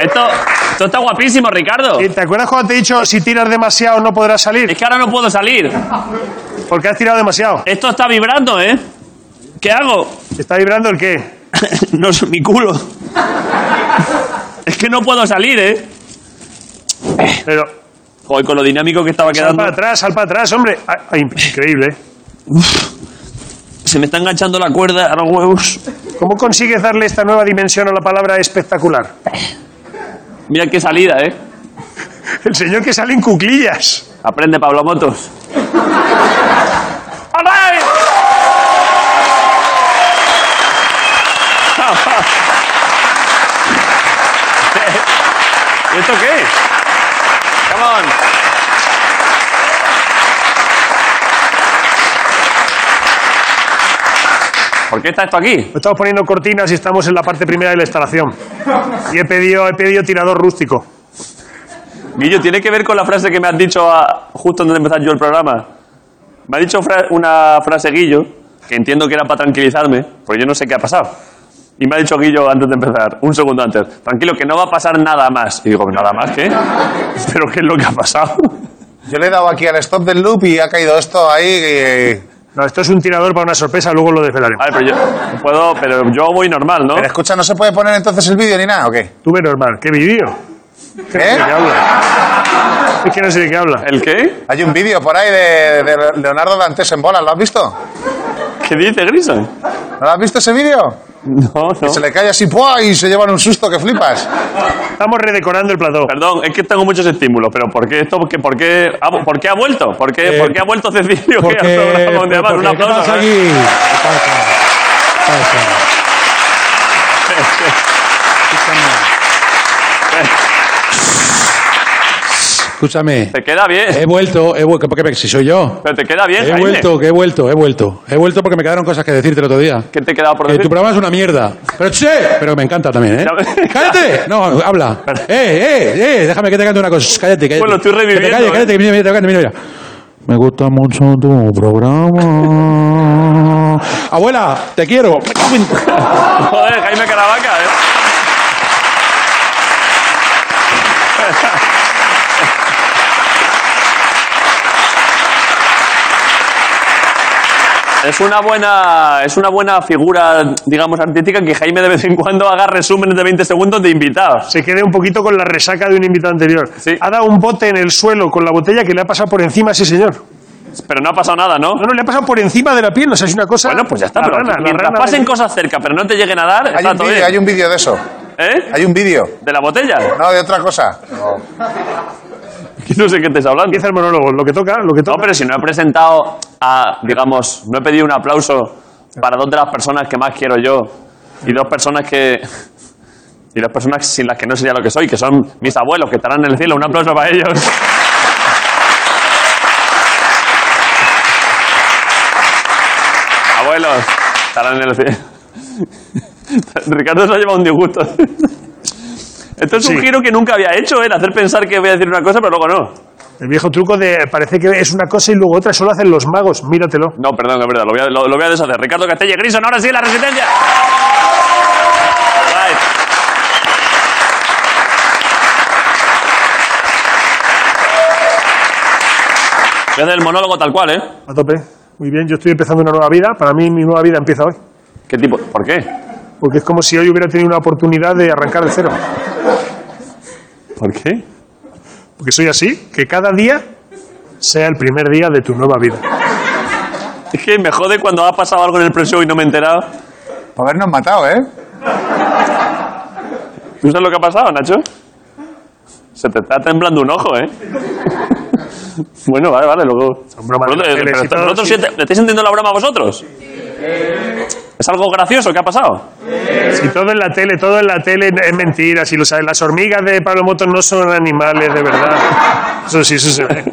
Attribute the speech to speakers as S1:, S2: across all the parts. S1: esto, esto está guapísimo, Ricardo.
S2: ¿Y ¿Te acuerdas cuando te he dicho si tiras demasiado no podrás salir?
S1: Es que ahora no puedo salir.
S2: Porque has tirado demasiado.
S1: Esto está vibrando, ¿eh? ¿Qué hago?
S2: ¿Está vibrando el qué?
S1: no es mi culo. es que no puedo salir, ¿eh?
S2: Pero
S1: Joder, con lo dinámico que estaba
S2: sal
S1: quedando.
S2: para atrás, sal para atrás, hombre. Ah, ah, increíble.
S1: Se me está enganchando la cuerda a los huevos.
S2: ¿Cómo consigues darle esta nueva dimensión a la palabra espectacular?
S1: Mira qué salida, ¿eh?
S2: El señor que sale en cuclillas.
S1: Aprende, Pablo Motos. All right.
S2: ¿Y esto qué es?
S1: Come on. ¿Por qué está esto aquí?
S2: Estamos poniendo cortinas y estamos en la parte primera de la instalación. Y he pedido, he pedido tirador rústico.
S1: Guillo, tiene que ver con la frase que me has dicho a- justo antes de empezar yo el programa. Me ha dicho fra- una frase Guillo, que entiendo que era para tranquilizarme, porque yo no sé qué ha pasado. Y me ha dicho Guillo antes de empezar, un segundo antes, tranquilo, que no va a pasar nada más. Y digo, ¿nada más qué? ¿Pero qué es lo que ha pasado?
S3: Yo le he dado aquí al stop del loop y ha caído esto ahí. eh,
S2: No, esto es un tirador para una sorpresa, luego lo desvelaremos.
S1: A ver, pero yo, puedo, pero yo voy normal, ¿no?
S3: Pero escucha, ¿no se puede poner entonces el vídeo ni nada o qué?
S2: Tú ve normal. ¿Qué vídeo? ¿De qué
S3: ¿Eh?
S2: habla? Es que no sé de qué habla.
S1: ¿El qué?
S3: Hay un vídeo por ahí de, de Leonardo Dantes en bola, ¿lo has visto? ¿No
S1: ¿Qué dice Grison?
S3: lo has visto ese vídeo?
S1: No, no.
S3: Se le cae así ¡pua! y se llevan un susto que flipas.
S2: Estamos redecorando el plató.
S1: Perdón, es que tengo muchos estímulos, pero ¿por qué esto? ¿Por qué, por qué, ha, por qué ha vuelto? ¿Por qué,
S4: Eh,
S1: ¿por qué ha vuelto Cecilio?
S4: Porque,
S1: al programa donde
S4: porque
S1: llaman? Un
S4: ¿qué
S1: aplauso, ¿eh?
S4: pasa
S1: ¿no?
S4: aquí? ¿Qué pasa? ¿Qué pasa? Escúchame. Escúchame.
S1: Te queda bien,
S4: He vuelto, he vuelto, porque si soy yo.
S1: pero te queda bien,
S4: Eh, He
S1: Jaime.
S4: vuelto, que he vuelto, he vuelto. He vuelto porque me quedaron cosas que decirte el otro día.
S1: ¿Qué te quedaba por
S4: Que
S1: decir?
S4: tu programa es una mierda. Pero che, pero me encanta también, ¿eh?
S1: Ya-
S4: ¡Cállate! No, habla. ¡Eh, eh, eh! Déjame que te cante una cosa. Shh, Cállate, cállate.
S1: Bueno, estoy reviviendo,
S4: Que te calle,
S1: ¿eh?
S4: cállate, que mira, mira, te cante, mira, mira. Me gusta mucho tu programa. Abuela, te quiero. Me cago en-
S1: Joder, Jaime Caravaca, ¿eh? Es una, buena, es una buena figura, digamos, artística que Jaime de vez en cuando haga resúmenes de 20 segundos de invitados.
S2: Se quede un poquito con la resaca de un invitado anterior.
S1: Sí.
S2: Ha dado un bote en el suelo con la botella que le ha pasado por encima a ese señor. Ah,
S1: Pero no ha pasado nada, ¿no?
S2: No, no, le ha pasado por encima de la piel. O sea, es una cosa...
S1: Bueno, pues ya está.
S2: La
S1: Pero
S2: rana, la
S1: mientras
S2: rana
S1: pasen
S2: del-
S1: cosas cerca, pero no te lleguen a dar,
S3: Hay
S1: está
S3: un
S1: todo
S3: vídeo,
S1: bien.
S3: hay un vídeo de eso.
S1: ¿Eh?
S3: Hay un vídeo.
S1: ¿De la botella?
S3: No, de otra cosa.
S1: No sé qué estés hablando.
S2: Empieza el monólogo. Lo que toca, lo que
S1: No,
S2: toca.
S1: pero si no he presentado a, digamos, no he pedido un aplauso para dos de las personas que más quiero yo y dos personas que... Y dos personas sin las que no sería lo que soy, que son mis abuelos, que estarán en el cielo. Un aplauso para ellos. Abuelos, estarán en el cielo. Ricardo se ha llevado un disgusto. Esto es un
S2: Sí.
S1: giro que nunca había hecho, ¿eh? El Hacer pensar que voy a decir una cosa, pero luego no.
S2: El viejo truco de parece que es una cosa y luego otra. Solo hacen los magos. Míratelo.
S1: No, perdón, es verdad, lo voy a, lo, lo voy a deshacer. Ricardo Castella Grison, ahora sí, la resistencia. All right. Voy a hacer el monólogo tal cual, ¿eh?
S2: A tope. Muy bien, yo estoy empezando una nueva vida. Para mí mi nueva vida empieza hoy.
S1: ¿Qué tipo? ¿Por qué?
S2: Porque es como si hoy hubiera tenido una oportunidad de arrancar de cero.
S1: ¿Por qué?
S2: Porque soy así, que cada día sea el primer día de tu nueva vida.
S1: Es que me jode cuando ha pasado algo en el pre-show y no me he enterado.
S3: Por habernos matado, ¿eh?
S1: ¿Tú sabes lo que ha pasado, Nacho? Se te está temblando un ojo, ¿eh? bueno, vale, vale, luego.
S2: Son bromas de
S1: Pero,
S2: la tele,
S1: pero
S2: si todo-
S1: vosotros
S2: sí.
S1: siete- ¿Le estáis entendiendo la broma a vosotros? ¿Es algo gracioso que ha pasado?
S2: Si todo en la tele, todo en la tele es mentira, si lo sabes, las hormigas de Pablo Motos no son animales de verdad. Eso sí, eso se ve.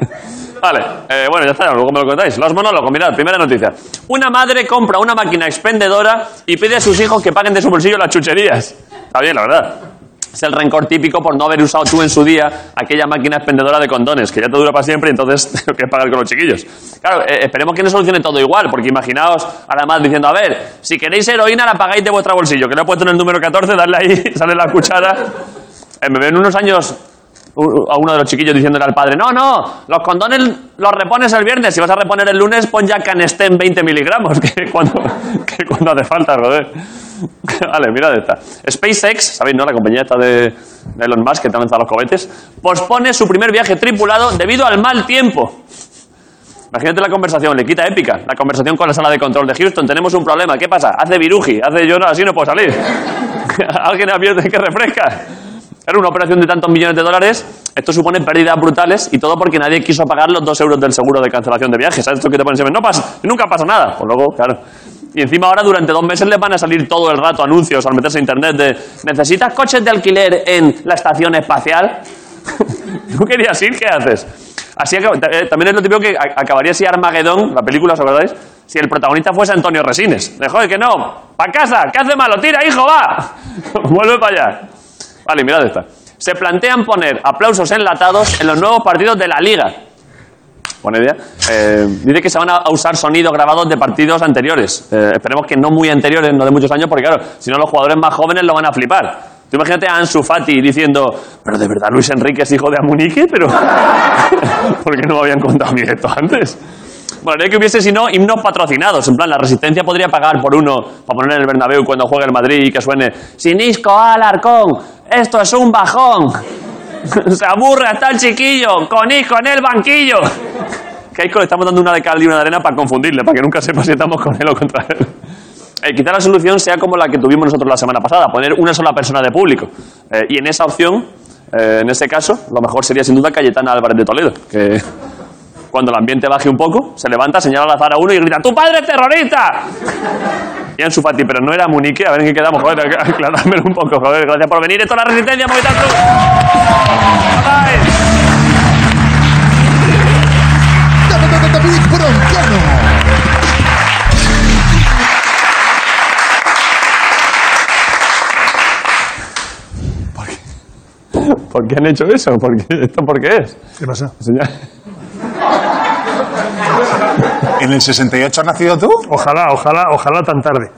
S1: Vale, eh, bueno, ya está, luego me lo contáis. Los monólogos, mirad, primera noticia. Una madre compra una máquina expendedora y pide a sus hijos que paguen de su bolsillo las chucherías. Está bien, la verdad. Es el rencor típico por no haber usado tú en su día aquella máquina expendedora de condones, que ya te dura para siempre y entonces tengo que pagar con los chiquillos. Claro, eh, esperemos que no solucione todo igual, porque imaginaos a la madre diciendo, a ver, si queréis heroína la pagáis de vuestro bolsillo, que lo he puesto en el número 14, darle ahí, sale la cuchara. eh, me ven unos años u- a uno de los chiquillos diciéndole al padre, no, no, los condones los repones el viernes, si vas a reponer el lunes, pon ya Canestén 20 miligramos, que cuando, que cuando hace falta, joder. Vale, mirad esta. SpaceX, ¿sabéis, no? La compañía esta de, de Elon Musk que te ha lanzado los cohetes, pospone su primer viaje tripulado debido al mal tiempo. Imagínate la conversación, le quita épica. La conversación con la sala de control de Houston. Tenemos un problema, ¿qué pasa? Hace viruji, hace yo no, así no puedo salir. Alguien advierte que refresca. Era una operación de tantos millones de dólares. Esto supone pérdidas brutales y todo porque nadie quiso pagar los dos euros del seguro de cancelación de viajes. ¿Sabes esto que te ponen siempre? No pasa, nunca pasa nada. Pues luego, claro. Y encima ahora durante dos meses les van a salir todo el rato anuncios al meterse a internet de ¿Necesitas coches de alquiler en la estación espacial? ¿Tú querías ir? ¿Qué haces? Así acaba- ta- eh, también es lo típico que a- acabaría si Armagedón, la película, ¿os acordáis? Si el protagonista fuese Antonio Resines. De joder, que no. ¡Pa' casa! ¿Qué hace malo? ¡Tira, hijo, va! Vuelve para allá. Vale, mirad esta. Se plantean poner aplausos enlatados en los nuevos partidos de la Liga. Buena idea. Eh, dice que se van a a usar sonidos grabados de partidos anteriores. Eh, esperemos que no muy anteriores, no de muchos años, porque claro, si no los jugadores más jóvenes lo van a flipar. Tú imagínate a Ansu Fati diciendo, pero de verdad Luis Enrique es hijo de Amunique, pero ¿por qué no me habían contado a mí esto antes? Bueno, haría que hubiese, si no, himnos patrocinados. En plan, la Resistencia podría pagar por uno para poner en el Bernabéu cuando juegue el Madrid y que suene Sinisco Alarcón, esto es un bajón. Se aburre hasta el chiquillo, con hijo en el banquillo. Que a Isco le estamos dando una de cal y una de arena para confundirle, para que nunca sepa si estamos con él o contra él. Eh, quizá la solución sea como la que tuvimos nosotros la semana pasada, poner una sola persona de público. Eh, y en esa opción, eh, en ese caso, lo mejor sería sin duda Cayetana Álvarez de Toledo, que cuando el ambiente baje un poco, se levanta, señala al azar a uno y grita, ¡Tu padre es terrorista! Y Ansu Fati, pero no era Munique, a ver en qué quedamos, joder, aclarármelo un poco, joder, gracias por venir, esto es la Resistencia, Movistar Club. Bye, bye.
S5: David Broncano.
S1: ¿Por qué han hecho eso? ¿Por qué? ¿Esto por qué es?
S2: ¿Qué pasa?
S1: Señor-
S3: ¿En el 68 has nacido tú?
S2: Ojalá, ojalá, ojalá tan tarde.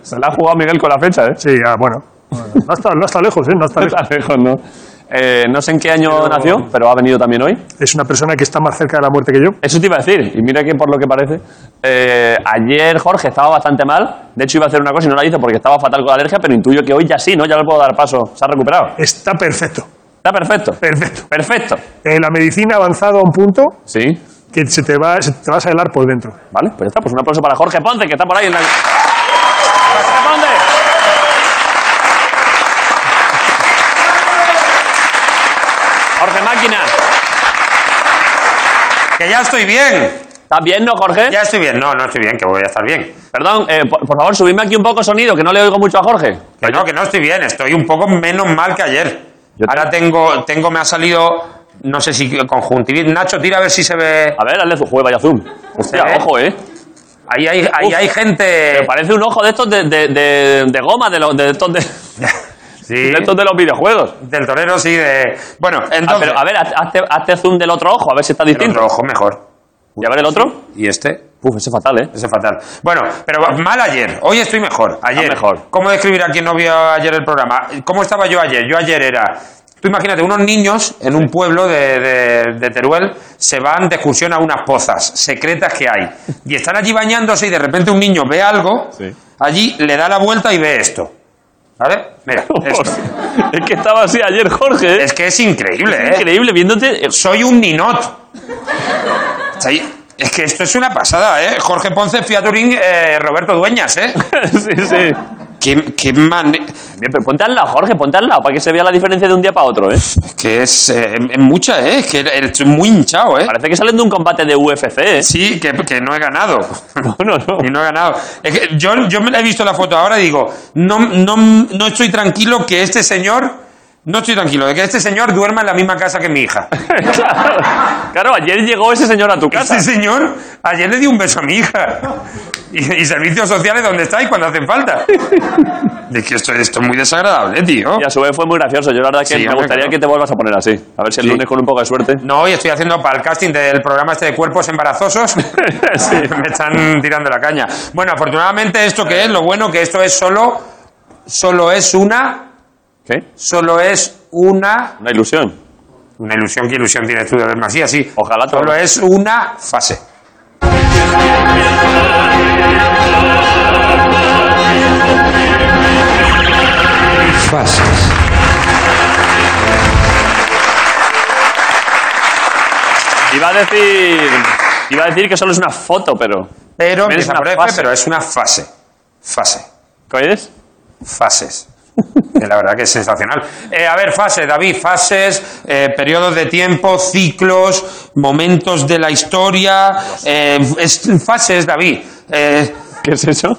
S1: Se la ha jugado Miguel con la fecha, ¿eh?
S2: Sí, ah, bueno. Bueno, No está, no está lejos, ¿eh? No está lejos.
S1: Está lejos, ¿no? Eh, no sé en qué año nació, pero ha venido también hoy.
S2: Es una persona que está más cerca de la muerte que yo.
S1: Eso te iba a decir, y mira que por lo que parece. eh, ayer Jorge estaba bastante mal. De hecho, iba a hacer una cosa y no la hizo porque estaba fatal con la alergia, pero intuyo que hoy ya sí, ¿no? Ya le puedo dar paso. Se ha recuperado.
S2: Está perfecto.
S1: Está perfecto.
S2: Perfecto.
S1: Perfecto.
S2: Eh, la medicina ha avanzado a un punto
S1: Sí.
S2: que se te, va, se te vas a helar por dentro.
S1: Vale, pues ya está. Pues un aplauso para Jorge Ponce, que está por ahí en la. ¡Jorge Ponce! Jorge Máquina.
S6: Que ya estoy bien.
S1: ¿Estás bien, no, Jorge?
S6: Ya estoy bien. No, no estoy bien, que voy a estar bien.
S1: Perdón, eh, por, por favor, subidme aquí un poco el sonido, que no le oigo mucho a Jorge.
S6: Que no, que no estoy bien. Estoy un poco menos mal que ayer.
S1: Yo
S6: Ahora tengo, tengo, me ha salido, no sé si conjuntivitis. Nacho, tira a ver si se ve.
S1: A ver, hazle su juego, vaya zoom. Hostia,
S6: ¿Eh?
S1: ojo, ¿eh?
S6: Ahí hay, ahí
S1: Uf.
S6: hay gente.
S1: Me parece un ojo de estos de, de- de- de goma, de, los de, estos de,
S6: Sí.
S1: de estos de los videojuegos.
S6: Del torero, sí. De... Bueno, entonces.
S1: Ah, pero a ver, haz- hazte, hazte zoom del otro ojo, a ver si está
S6: el
S1: distinto.
S6: otro ojo mejor.
S1: Y a ver el otro.
S6: ¿Y este?
S1: Uf, ese es fatal, ¿eh?
S6: Ese es fatal. Bueno, pero mal ayer. Hoy estoy mejor. Ayer.
S1: Está Ah, mejor.
S6: ¿Cómo describir a quien no vio ayer el programa? ¿Cómo estaba yo ayer? Yo ayer era. Tú imagínate, unos niños en un pueblo de, de- de Teruel se van de excursión a unas pozas secretas que hay. Y están allí bañándose y de repente un niño ve algo, allí le da la vuelta y ve esto. ¿Vale? Mira, esto.
S1: es que estaba así ayer, Jorge. ¿eh?
S6: Es que es increíble, ¿eh?
S1: increíble viéndote. eh,
S6: Soy un ninot. Sí, Es que esto es una pasada, ¿eh? Jorge Ponce, Fiaturín, eh, Roberto Dueñas, ¿eh?
S1: sí, sí.
S6: Qué, qué man...
S1: Bien, pero ponte al lado, Jorge, ponte al lado, para que se vea la diferencia de un día para otro, ¿eh?
S6: Que es, eh, es mucha, ¿eh? Es que estoy muy hinchado, ¿eh?
S1: Parece que salen de un combate de UFC, ¿eh?
S6: Sí, que, que no he ganado.
S1: No, no, no.
S6: Y no he ganado. Es que yo, yo me la he visto la foto ahora y digo, no, no, no estoy tranquilo que este señor... No estoy tranquilo de que este señor duerma en la misma casa que mi hija.
S1: claro, claro, ayer llegó ese señor a tu casa.
S6: Este señor ayer le dio un beso a mi hija. Y, y servicios sociales donde estáis cuando hacen falta. De que esto, esto es muy desagradable, tío.
S1: Y a su vez fue muy gracioso. Yo la verdad que
S6: Sí,
S1: me
S6: hombre,
S1: gustaría
S6: claro.
S1: que te vuelvas a poner así. A ver si el
S6: Sí.
S1: lunes con un poco de suerte.
S6: No, hoy estoy haciendo para el casting del programa este de cuerpos embarazosos.
S1: Sí.
S6: Me están tirando la caña. Bueno, afortunadamente esto que es, lo bueno que esto es solo, solo es una
S1: Sí.
S6: solo es una.
S1: Una ilusión.
S6: Una ilusión, ¿qué ilusión tienes tú de verme así? Así.
S1: Ojalá todo.
S6: Solo es una fase.
S4: Fases.
S1: Iba a decir. Iba a decir que solo es una foto, pero.
S6: Pero
S1: También es
S6: empieza
S1: una
S6: por F,
S1: fase.
S6: pero es una fase. Fase.
S1: ¿Qué es?
S6: Fases. Que la verdad que es sensacional. Eh, a ver, fases, David, fases, eh, periodos de tiempo, ciclos, momentos de la historia. eh, es, fases, David. Eh,
S1: ¿Qué es eso?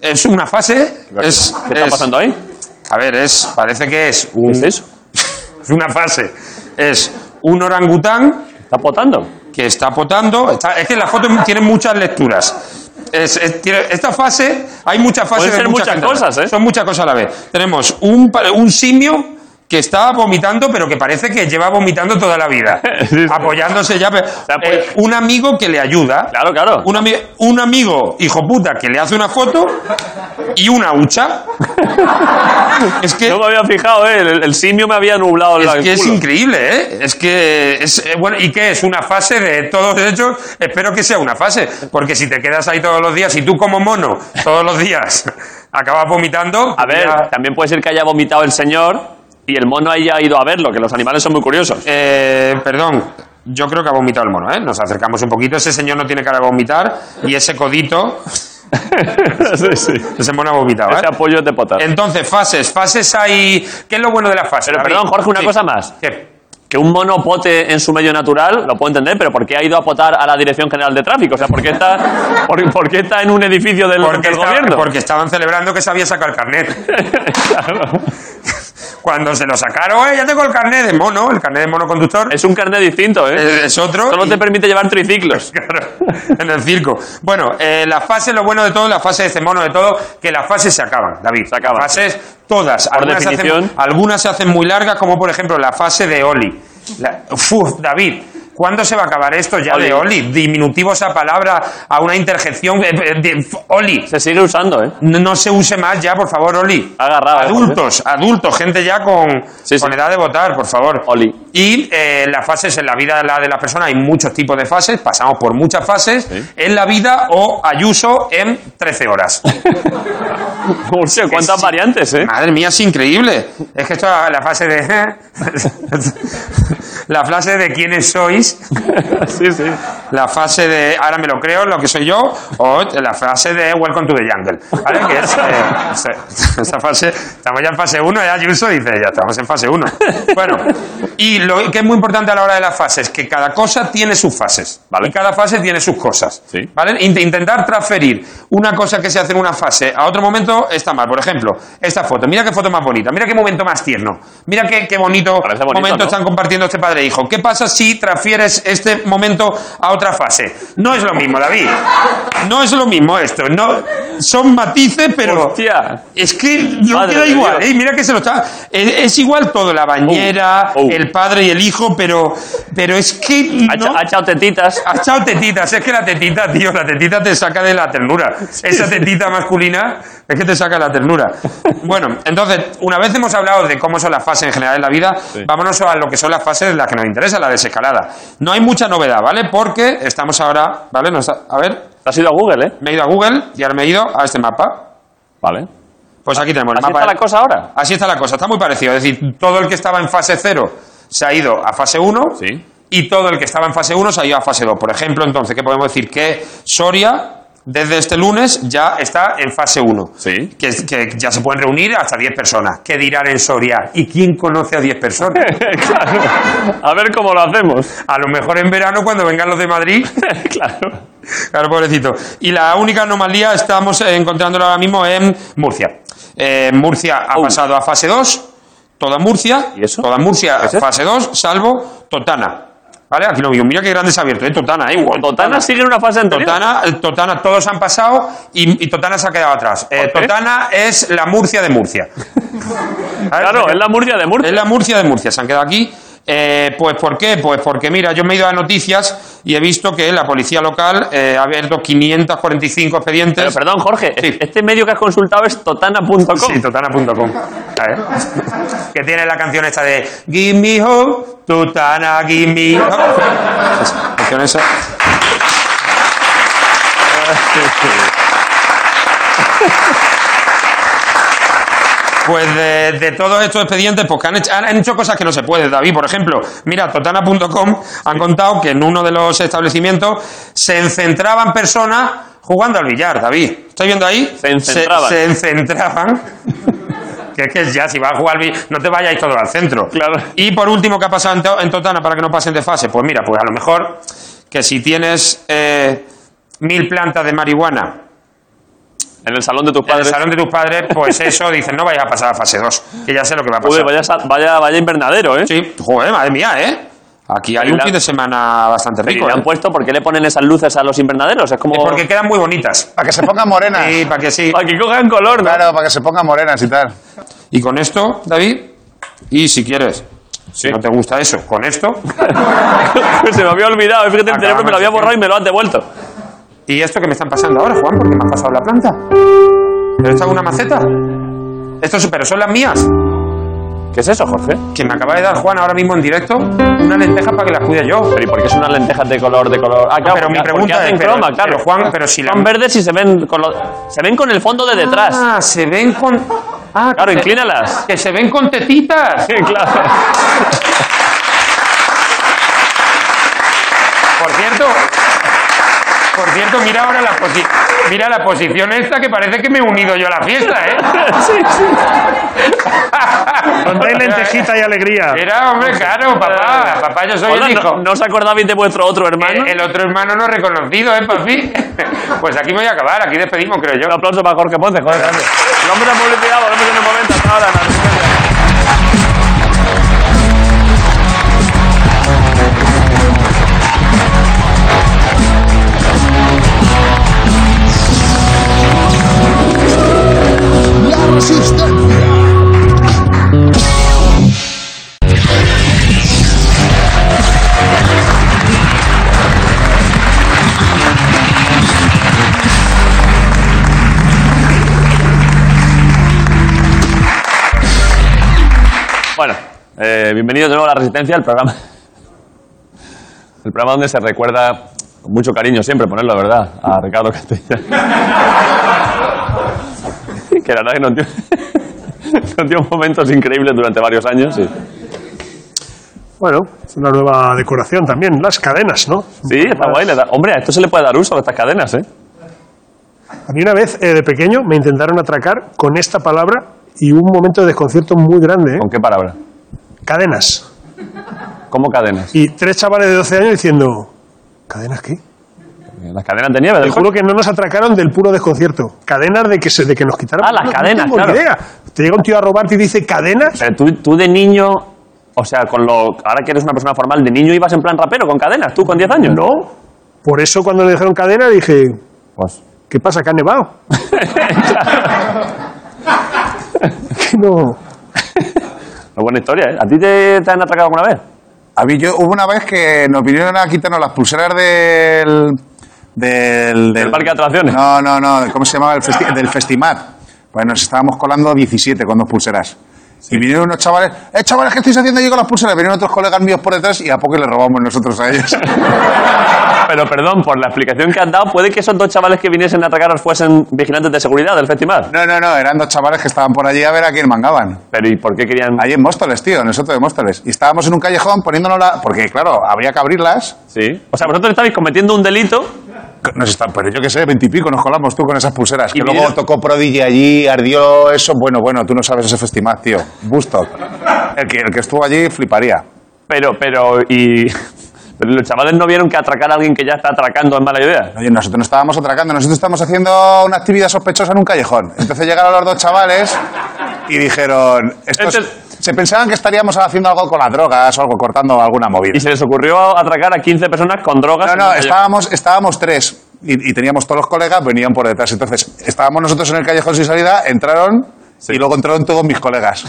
S6: es una fase. Es,
S1: ¿Qué está
S6: es-
S1: pasando ahí?
S6: A ver, es, parece que es,
S1: ¿Qué
S6: un-
S1: es eso?
S6: es una fase. Es un orangután
S1: ¿Está potando?
S6: que está potando. está- es que la foto tiene muchas lecturas. Es- es- tiene- esta fase, hay muchas fases.
S1: Pueden
S6: de
S1: ser muchas
S6: letras.
S1: cosas, ¿eh?
S6: Son muchas cosas a la vez. Tenemos un, pa- un simio que está vomitando, pero que parece que lleva vomitando toda la vida.
S1: Sí, sí.
S6: apoyándose ya. pero-
S1: sea, pues-
S6: eh, un amigo que le ayuda.
S1: Claro, claro.
S6: Un, ami- un amigo, hijo puta, que le hace una foto y una hucha. es que
S1: No me había fijado, ¿eh? El, el simio me había nublado
S6: es
S1: la- el
S6: que es
S1: culo.
S6: increíble, ¿eh? Es que es eh, bueno y que es una fase de todos hechos. Espero que sea una fase, porque si te quedas ahí todos los días y tú como mono todos los días acabas vomitando.
S1: A ver,
S6: ya-
S1: también puede ser que haya vomitado el señor y el mono haya ido a verlo, que los animales son muy curiosos.
S6: eh, perdón, yo creo que ha vomitado el mono, ¿eh? Nos acercamos un poquito. Ese señor no tiene cara de vomitar y ese codito,
S1: sí, sí.
S6: ese mono ha vomitado, ¿eh?
S1: Ese apoyo es de potar.
S6: Entonces fases, fases hay. ¿Qué es lo bueno de las fases?
S1: Pero
S6: David?
S1: perdón, Jorge, una
S6: Sí.
S1: cosa más.
S6: ¿Qué?
S1: Que un mono pote en su medio natural, lo puedo entender, pero ¿por qué ha ido a potar a la Dirección General de Tráfico? O sea, ¿por qué está, por, por qué está en un edificio del,
S6: Porque,
S1: del
S6: estaba-
S1: gobierno?
S6: porque estaban celebrando que sabía sacar el carnet.
S1: Claro.
S6: Cuando se lo sacaron, "Oye, ya tengo el carnet de mono, el carnet de mono conductor. Es,
S1: Es un carnet distinto, ¿eh?
S6: es otro.
S1: Solo
S6: y-
S1: te permite llevar triciclos.
S6: claro, en el circo. Bueno, eh, la fase, lo bueno de todo, la fase de este mono de todo, que las fases se acaban, David.
S1: Se acaban.
S6: Fases todas. se hacen-
S1: definición.
S6: algunas se hacen muy largas, como por ejemplo la fase de Oli. La- Uf, David. ¿Cuándo se va a acabar esto ya de Oli? Diminutivos a palabra, a una interjección. eh, eh, de- Oli,
S1: Se sigue usando, ¿eh?
S6: no, no se use más ya, por favor, Oli.
S1: Agarrado, eh,
S6: Adultos, adultos, gente ya con,
S1: Sí,
S6: con
S1: sí.
S6: edad de votar, por favor.
S1: Oli.
S6: Y eh, las fases en la vida la de la persona hay muchos tipos de fases, pasamos por muchas fases en la vida o Ayuso en 13 horas.
S1: Urcio, cuántas
S6: sí.
S1: variantes, ¿eh?
S6: Madre mía, es increíble. Es que esto la fase de la frase de quiénes sois, Ah.
S1: sí, sí.
S6: la fase de ahora me lo creo, lo que soy yo, o la frase de Welcome to the Jungle. ¿Vale? Que es, eh, esa- esa fase, estamos ya en fase 1, ya Ayuso dice, ya estamos en fase 1. Bueno, y lo que es muy importante a la hora de las fases, que cada cosa tiene sus fases, ¿vale? Y cada fase tiene sus cosas,
S1: Sí.
S6: ¿vale? Int- Intentar transferir una cosa que se hace en una fase a otro momento está mal. Por ejemplo, esta foto, mira qué foto más bonita, mira qué momento más tierno, mira qué, qué bonito,
S1: Parece bonito,
S6: momento
S1: ¿no?
S6: están compartiendo este padre e hijo. ¿Qué pasa si transfieres este momento a otra fase? No es lo mismo, David. No es lo mismo esto. No, son matices, pero.
S1: Hostia.
S6: Es que no
S1: Madre
S6: queda
S1: de
S6: igual,
S1: Dios.
S6: ¿eh? Mira que se lo está. Es, es igual todo, la bañera,
S1: Uh, uh.
S6: el padre y el hijo, pero. Pero es que.
S1: Ha echa-
S6: no-
S1: ha echado tetitas.
S6: Has echado tetitas, es que la tetita, tío, la tetita te saca de la ternura. Esa tetita masculina es que te saca la ternura. Bueno, entonces, una vez hemos hablado de cómo son las fases en general en la vida, vámonos a lo que son las fases de las que nos interesa, la desescalada. No hay mucha novedad, ¿vale? Porque estamos ahora, ¿vale? Nos ha- a ver,
S1: Te has ido a Google, ¿eh?
S6: me he ido a Google y ahora me he ido a este mapa.
S1: Vale.
S6: Pues aquí tenemos el
S1: Así
S6: mapa.
S1: está la cosa ahora.
S6: Así está la cosa, está muy parecido. Es decir, todo el que estaba en fase 0 se ha ido a fase 1
S1: Sí.
S6: y todo el que estaba en fase 1 se ha ido a fase 2. Por ejemplo, entonces, ¿qué podemos decir? Que Soria, desde este lunes, ya está en fase 1.
S1: Sí.
S6: Que, que ya se pueden reunir hasta 10 personas. ¿Qué dirán en Soria? ¿Y quién conoce a 10 personas?
S1: claro. A ver cómo lo hacemos.
S6: A lo mejor en verano, cuando vengan los de Madrid,
S1: claro.
S6: Claro, pobrecito. Y la única anomalía estamos eh, encontrándola ahora mismo en Murcia. Eh, Murcia ha pasado a fase 2, toda Murcia,
S1: Oh. ¿Y eso?
S6: toda Murcia
S1: ¿Qué es
S6: a fase 2, salvo Totana. ¿Vale? Aquí lo veo. Mira qué grande se ha abierto, ¿eh? Totana, ¿eh? Guau,
S1: Totana sigue en una fase anterior.
S6: Totana, eh, Totana, todos han pasado y, y Totana se ha quedado atrás. Eh,
S1: ¿Por qué?
S6: Totana es la Murcia de Murcia. ¿Vale?
S1: Claro, es la Murcia de Murcia.
S6: Es la Murcia de Murcia, se han quedado aquí. Eh, pues ¿por qué? Pues porque mira, yo me he ido a noticias y he visto que la policía local eh, ha abierto 545 expedientes.
S1: Pero perdón, Jorge,
S6: Sí.
S1: este medio que has consultado es totana.com.
S6: Sí, totana.com. A ver. que tiene la canción esta de Give me hope, Totana, give me hope. Esa, Pues, canción esa. Pues de, de todos estos expedientes, pues que han, hecho, han- han hecho cosas que no se puede, David. Por ejemplo, mira, totana.com han contado que en uno de los establecimientos se encentraban personas jugando al billar, David. ¿Estáis viendo ahí?
S1: Se encentraban.
S6: Se, se encentraban. Que es que ya, si vas a jugar al billar, no te vayáis todos al centro.
S1: Claro.
S6: Y por último, ¿qué ha pasado en, To- en Totana para que no pasen de fase? Pues mira, pues a lo mejor que si tienes eh, mil plantas de marihuana
S1: En el salón de tus
S6: en el
S1: padres.
S6: salón de tus padres, pues eso, dicen, no vayas a pasar a fase 2, que ya sé lo que va a pasar.
S1: Joder, vaya, sa- vaya, vaya invernadero, ¿eh?
S6: Sí, joder, madre mía, ¿eh? Aquí hay
S1: Y
S6: un
S1: la-
S6: fin de semana bastante
S1: Pero ¿y
S6: rico.
S1: le
S6: ¿eh?
S1: han puesto, ¿por qué le ponen esas luces a los invernaderos? Es como.
S6: Es Porque quedan muy bonitas.
S3: Para que se pongan morenas.
S6: Sí, para que sí.
S1: Para que cojan color, ¿no?
S3: Claro, para que se pongan morenas y tal.
S6: Y con esto, David, y si quieres, si no te gusta eso, con esto,
S1: Se me había olvidado, fíjate, el cerebro me lo había borrado y me lo han devuelto.
S6: y esto que me están pasando ahora, Juan, porque me han pasado la planta. ¿Pero esta es una maceta? Esto es, pero son las mías,
S1: ¿Qué es eso, Jorge?
S6: que me acaba de dar Juan ahora mismo en directo, una lenteja para que las cuide yo.
S1: Pero ¿y por qué son unas lentejas de color, de color? Ah, claro,
S6: pero mi
S1: porque- porque
S6: pregunta
S1: hacen
S6: es, pero-
S1: croma, claro.
S6: pero, Juan, pero si la-
S1: Son verdes y se ven, con lo- se ven con el fondo de detrás.
S6: Ah, se ven con. Ah,
S1: Claro,
S6: que-
S1: inclínalas.
S6: Que se ven con tetitas.
S1: Sí, claro.
S6: Por cierto. Por cierto, mira ahora la, posi- mira la posición esta que parece que me he unido yo a la fiesta, ¿eh?
S2: Donde hay lentejita y alegría.
S6: Era, hombre, claro, papá. Papá, yo soy
S1: Hola,
S6: el
S1: ¿no-
S6: hijo. Eh,
S1: ¿no, os acordabais de vuestro otro hermano?
S6: El, el otro hermano no reconocido, ¿eh, papi? Pues aquí me voy a acabar, aquí despedimos, creo yo.
S1: Un aplauso para Jorge Ponce, joder, gracias. Vamos a publicidad, volvemos en un momento. Hasta ahora, Ana Victoria.
S5: La resistencia.
S1: Bueno, eh, bienvenidos de nuevo a La Resistencia, el programa. El programa donde se recuerda con mucho cariño siempre, ponerlo, ¿verdad? A Ricardo Castellano. que la verdad que nos dio, nos dio momentos increíbles durante varios años. Sí,
S2: Bueno, es una nueva decoración también. Las cadenas, ¿no?
S1: Sí, está guay. le da- Hombre, a esto se le puede dar uso a estas cadenas, ¿eh?
S2: A mí una vez, eh, de pequeño, me intentaron atracar con esta palabra y un momento de desconcierto muy grande. ¿eh?
S1: ¿Con qué palabra?
S2: Cadenas.
S1: ¿Cómo cadenas?
S2: Y tres chavales de 12 años diciendo, ¿cadenas qué?
S1: Eh, ¿Las cadenas de nieve
S2: Te
S1: del
S2: juro que no nos atracaron del puro desconcierto. Cadenas de que, se, de que nos quitaron.
S1: Ah, las
S2: No,
S1: cadenas,
S2: no tengo ni
S1: claro.
S2: idea. Te llega un tío a robarte y dice, ¿cadenas?
S1: Pero tú, tú de niño, o sea, con lo, ahora que eres una persona formal, de niño ibas en plan rapero con cadenas, tú con 10 años. No.
S2: Por eso cuando le dijeron cadena dije,
S1: Pues
S2: ¿qué pasa, que ha nevado? Que no.
S1: Una buena historia, ¿eh? ¿A ti te, te han atracado alguna vez?
S3: A mí yo, hubo una vez que nos vinieron a quitarnos las pulseras del... Del, del-
S1: parque de atracciones.
S3: No, no, no. de- ¿Cómo se llamaba? El festi- del Festimat. Pues nos estábamos colando 17 con dos pulseras. Y vinieron unos chavales. ¡Eh, chavales, qué estáis haciendo yo con las pulseras! Vinieron otros colegas míos por detrás y a poco le robamos nosotros a ellos.
S1: Pero perdón, por la explicación que has dado, puede que esos dos chavales que viniesen a atracaros fuesen vigilantes de seguridad del festival.
S3: No, no, no. Eran dos chavales que estaban por allí a ver a quién mangaban.
S1: Pero ¿y por qué querían...?
S3: Ahí en Móstoles, tío, nosotros de Móstoles. Y estábamos en un callejón poniéndonos la... Porque, claro, habría que abrirlas.
S1: Sí. O sea, vosotros estabais cometiendo un delito
S3: Nos están, pero yo qué sé, veintipico nos colamos tú con esas pulseras.
S1: Y
S3: Que luego
S1: vinieron-
S3: tocó Prodigy allí, ardió eso. Bueno, bueno, tú no sabes ese festival, tío. Bustock. El que, el que estuvo allí fliparía.
S1: Pero, pero, y... Pero los chavales no vieron que atracar a alguien que ya está atracando es mala idea.
S3: Oye, nosotros no estábamos atracando, nosotros estábamos haciendo una actividad sospechosa en un callejón. Entonces llegaron los dos chavales y dijeron... Estos,
S1: Este-
S3: Se pensaban que estaríamos haciendo algo con las drogas o algo, cortando alguna movida.
S1: Y se les ocurrió atracar a 15 personas con drogas.
S3: No,
S1: en
S3: no,
S1: un callejón.
S3: estábamos, estábamos tres y, y teníamos todos los colegas, venían por detrás. Entonces, estábamos nosotros en el callejón sin salida, entraron y luego entraron todos mis colegas.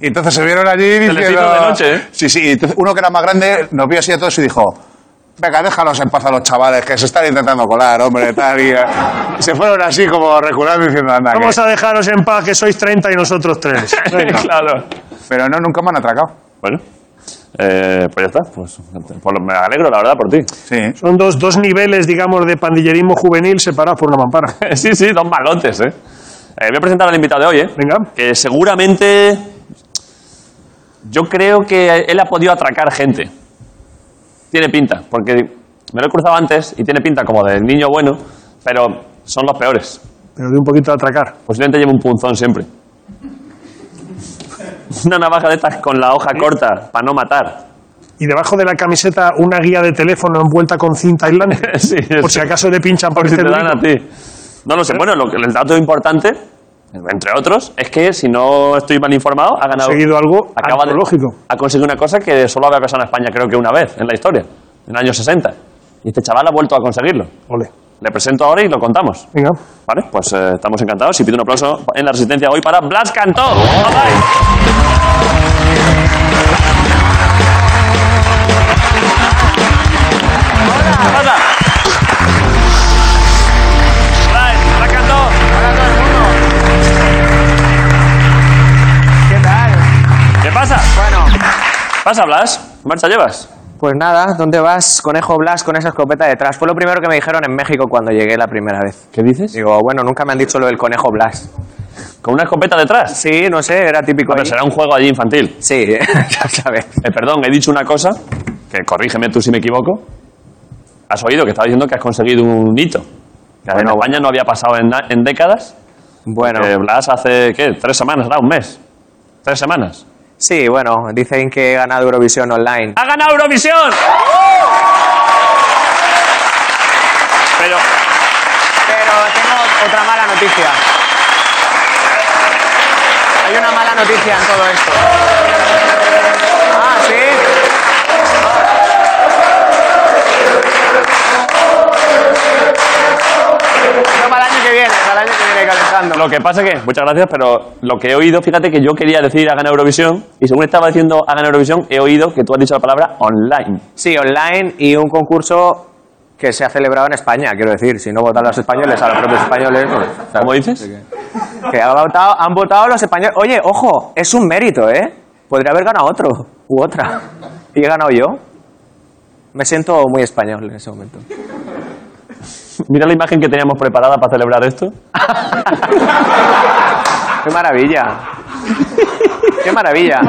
S3: Y entonces se vieron allí
S1: les
S3: diciendo...
S1: hizo de noche, ¿eh?
S3: Sí, sí, y entonces uno que era más grande nos vio así a todos y dijo, Venga, déjalos en paz a los chavales que se están intentando colar, hombre, tal. Y, eh, se fueron así como reculando diciendo, anda. que-
S2: Vamos a dejaros en paz, que sois 30 y nosotros 3.
S1: claro.
S3: Pero no, nunca me han atracado.
S1: Bueno. Eh, pues ya está. Pues, por lo- me alegro, la verdad, por ti.
S3: Sí.
S2: Son dos, dos niveles, digamos, de pandillerismo juvenil separados por una mampara.
S1: sí, sí, dos malotes, ¿eh? Eh, Voy a presentar al invitado de hoy, ¿eh?
S2: Venga.
S1: Que seguramente. Yo creo que él ha podido atracar gente. Tiene pinta, porque me lo he cruzado antes y tiene pinta como de niño bueno, pero son los peores.
S2: Pero de un poquito de atracar.
S1: Posiblemente lleve un punzón siempre. Una navaja de estas con la hoja corta para no matar.
S2: Y debajo de la camiseta una guía de teléfono envuelta con cinta aislante.
S1: Sí,
S2: Por si acaso le pinchan por este
S1: te dan
S2: delito.
S1: a ti. No lo sé. Bueno, lo que- el dato importante, entre otros, es que si no estoy mal informado, ha ganado.
S2: Seguido algo
S1: de-
S2: antológico.
S1: ha conseguido una cosa que solo había pasado en España, creo que una vez en la historia, en el año 60. Y este chaval ha vuelto a conseguirlo.
S2: Ole.
S1: Le presento ahora y lo contamos.
S2: Venga.
S1: Vale, pues eh, estamos encantados y pido un aplauso en la resistencia hoy para Blas Cantó. ¡Vamos! Hola, pasa. Hola, Blas Cantó.
S7: ¿Qué tal?
S1: ¿Qué pasa?
S7: Bueno,
S1: ¿Pasa, Blas? ¿Qué marcha llevas?
S7: pues nada, ¿dónde vas, conejo Blas, con esa escopeta detrás? Fue lo primero que me dijeron en México cuando llegué la primera vez.
S1: ¿Qué dices?
S7: Digo, bueno, nunca me han dicho lo del conejo Blas.
S1: ¿Con una escopeta detrás?
S7: Sí, no sé, era típico.
S1: Hombre,
S7: ahí.
S1: será un juego allí infantil.
S7: Sí, ya sabes.
S1: Eh, perdón, he dicho una cosa, que corrígeme tú si me equivoco. Has oído que estaba diciendo que has conseguido un hito. Que en
S7: Bueno.
S1: España no había pasado en na- en décadas.
S7: Bueno,
S1: Que Blas hace, ¿qué? Tres semanas, ¿verdad? Un mes. Tres semanas.
S7: sí, bueno, dicen que he ganado Eurovisión online.
S1: ¡Ha ganado Eurovisión! Pero,
S7: Pero tengo otra mala noticia. Hay una mala noticia en todo esto. Ah, sí. No, para el año que viene, para el año que viene calentando.
S1: lo que pasa es que, muchas gracias, pero lo que he oído, fíjate que yo quería decir ha ganado Eurovisión, y según estaba diciendo ha ganado Eurovisión, he oído que tú has dicho la palabra online.
S7: Sí, online y un concurso que se ha celebrado en España, quiero decir. Si no votan los españoles, a los propios españoles. pues, ¿sabes?
S1: ¿Cómo dices?
S7: Que ha votado- han votado los españoles. Oye, ojo, es un mérito, ¿eh? Podría haber ganado otro u otra. Y he ganado yo. Me siento muy español en ese momento.
S1: Mira la imagen que teníamos preparada para celebrar esto.
S7: ¡Qué maravilla! ¡Qué maravilla!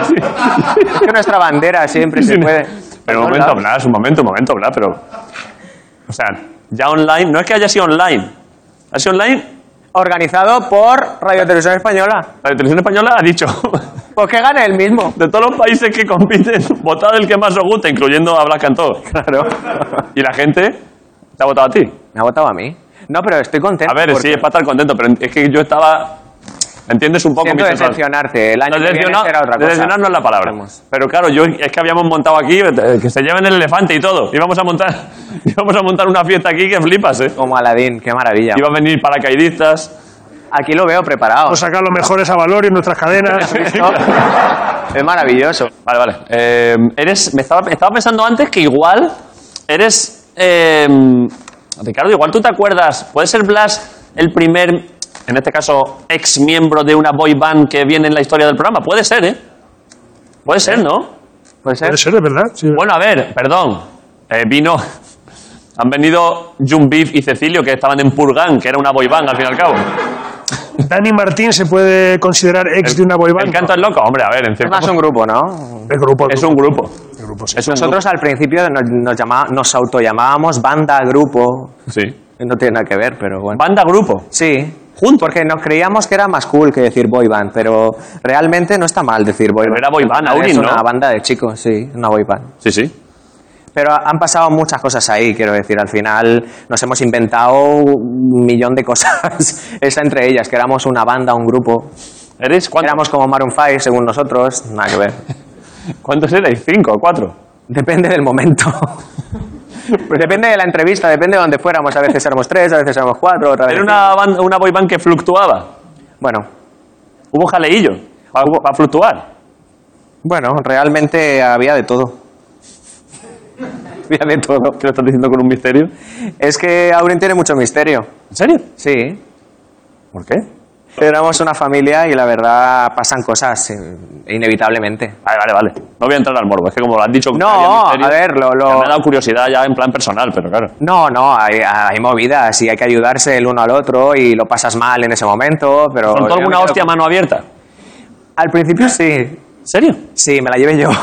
S7: Es que nuestra bandera siempre se puede.
S1: Pero un momento, Blas, un momento, un momento, Blas, pero... O sea, ya online, no es que haya sido online. Ha sido online,
S7: Organizado por Radio Televisión Española.
S1: la televisión española ha dicho...
S7: Pues que gane el mismo.
S1: De todos los países que compiten, votad el que más os gusta, incluyendo a Blas Cantó. Claro. Y la gente te ha votado a ti.
S7: Me ha votado a mí. No, pero estoy contento.
S1: A ver,
S7: porque
S1: sí, es para estar contento, pero es que yo estaba. ¿Entiendes un poco mi
S7: Siento
S1: sensación?
S7: decepcionarte. El año que viene
S1: Decepcionado-
S7: será otra cosa.
S1: decepcionar no es la palabra.
S7: Vamos.
S1: Pero claro, yo es que habíamos montado aquí eh, que se lleven el elefante y todo. Íbamos a montar, íbamos a montar una fiesta aquí que flipas, ¿eh?
S7: Como Aladín, qué maravilla.
S1: Iban a venir paracaidistas.
S7: Aquí lo veo preparado.
S2: Vamos a sacar los mejores a valor y en nuestras cadenas.
S7: ¿no?
S1: Pues-
S7: es maravilloso.
S1: Vale, vale. Eh, eres, me estaba, estaba pensando antes que igual eres. eh, Ricardo, igual tú te acuerdas. ¿Puede ser Blas el primer, en este caso, ex miembro de una boy band que viene en la historia del programa? Puede ser, ¿eh? Puede ser, ¿no?
S7: Puede ser.
S2: Puede ser, de verdad. Sí.
S1: Bueno, a ver, perdón. Eh, vino. Han venido Jun Beef y Cecilio, que estaban en Purgan, que era una boy band al fin y al cabo.
S2: Dani Martín se puede considerar ex de una boyband.
S1: El canto es loco, hombre, a ver, en
S7: Es
S1: cierto.
S7: más un grupo, ¿no?
S2: El grupo. el
S1: Es
S2: grupo.
S1: un grupo. Pues Es un
S7: Nosotros al principio nos, nos, llama- nos autollamábamos banda, grupo.
S1: grupo. Sí.
S7: No tiene nada que ver, pero bueno.
S1: Banda grupo.
S7: Sí.
S1: Juntos.
S7: Porque nos creíamos que era más cool que decir boy band, pero realmente no está mal decir boy
S1: Pero
S7: band.
S1: era boy band,
S7: Es
S1: Aurin, ¿no?
S7: una banda de chicos, sí, una boy band.
S1: Sí, sí.
S7: Pero han pasado muchas cosas ahí, quiero decir. Al final nos hemos inventado un millón de cosas. Esa entre ellas, que éramos una banda, un grupo.
S1: ¿Eres cuántos?
S7: Éramos como Maroon 5, según nosotros. Nada que ver.
S1: ¿Cuántos erais? ¿Cinco o cuatro?
S7: Depende del momento. depende de la entrevista, depende de dónde fuéramos. A veces éramos tres, a veces éramos cuatro, otra vez.
S1: Era una, banda, una boy band que fluctuaba.
S7: Bueno,
S1: Hubo jaleillo para
S7: Ah.
S1: fluctuar.
S7: bueno, realmente había de todo. sabía de todo, que lo estás diciendo con un misterio. Es que Aurin tiene mucho misterio.
S1: ¿En serio?
S7: Sí.
S1: ¿Por qué?
S7: Éramos una familia y la verdad pasan cosas eh, inevitablemente.
S1: Vale, vale, vale. No voy a entrar al morbo. Es que como lo han dicho... que
S7: No,
S1: había misterio,
S7: a ver, lo- lo-
S1: ya Me ha dado curiosidad ya en plan personal, pero claro.
S7: No, no, hay, hay movidas y hay que ayudarse el uno al otro y lo pasas mal en ese momento, pero...
S1: ¿Soltó
S7: yo me
S1: alguna
S7: quedo
S1: hostia a
S7: con-
S1: mano abierta?
S7: Al principio sí,
S1: ¿En serio?
S7: sí, me la llevé yo.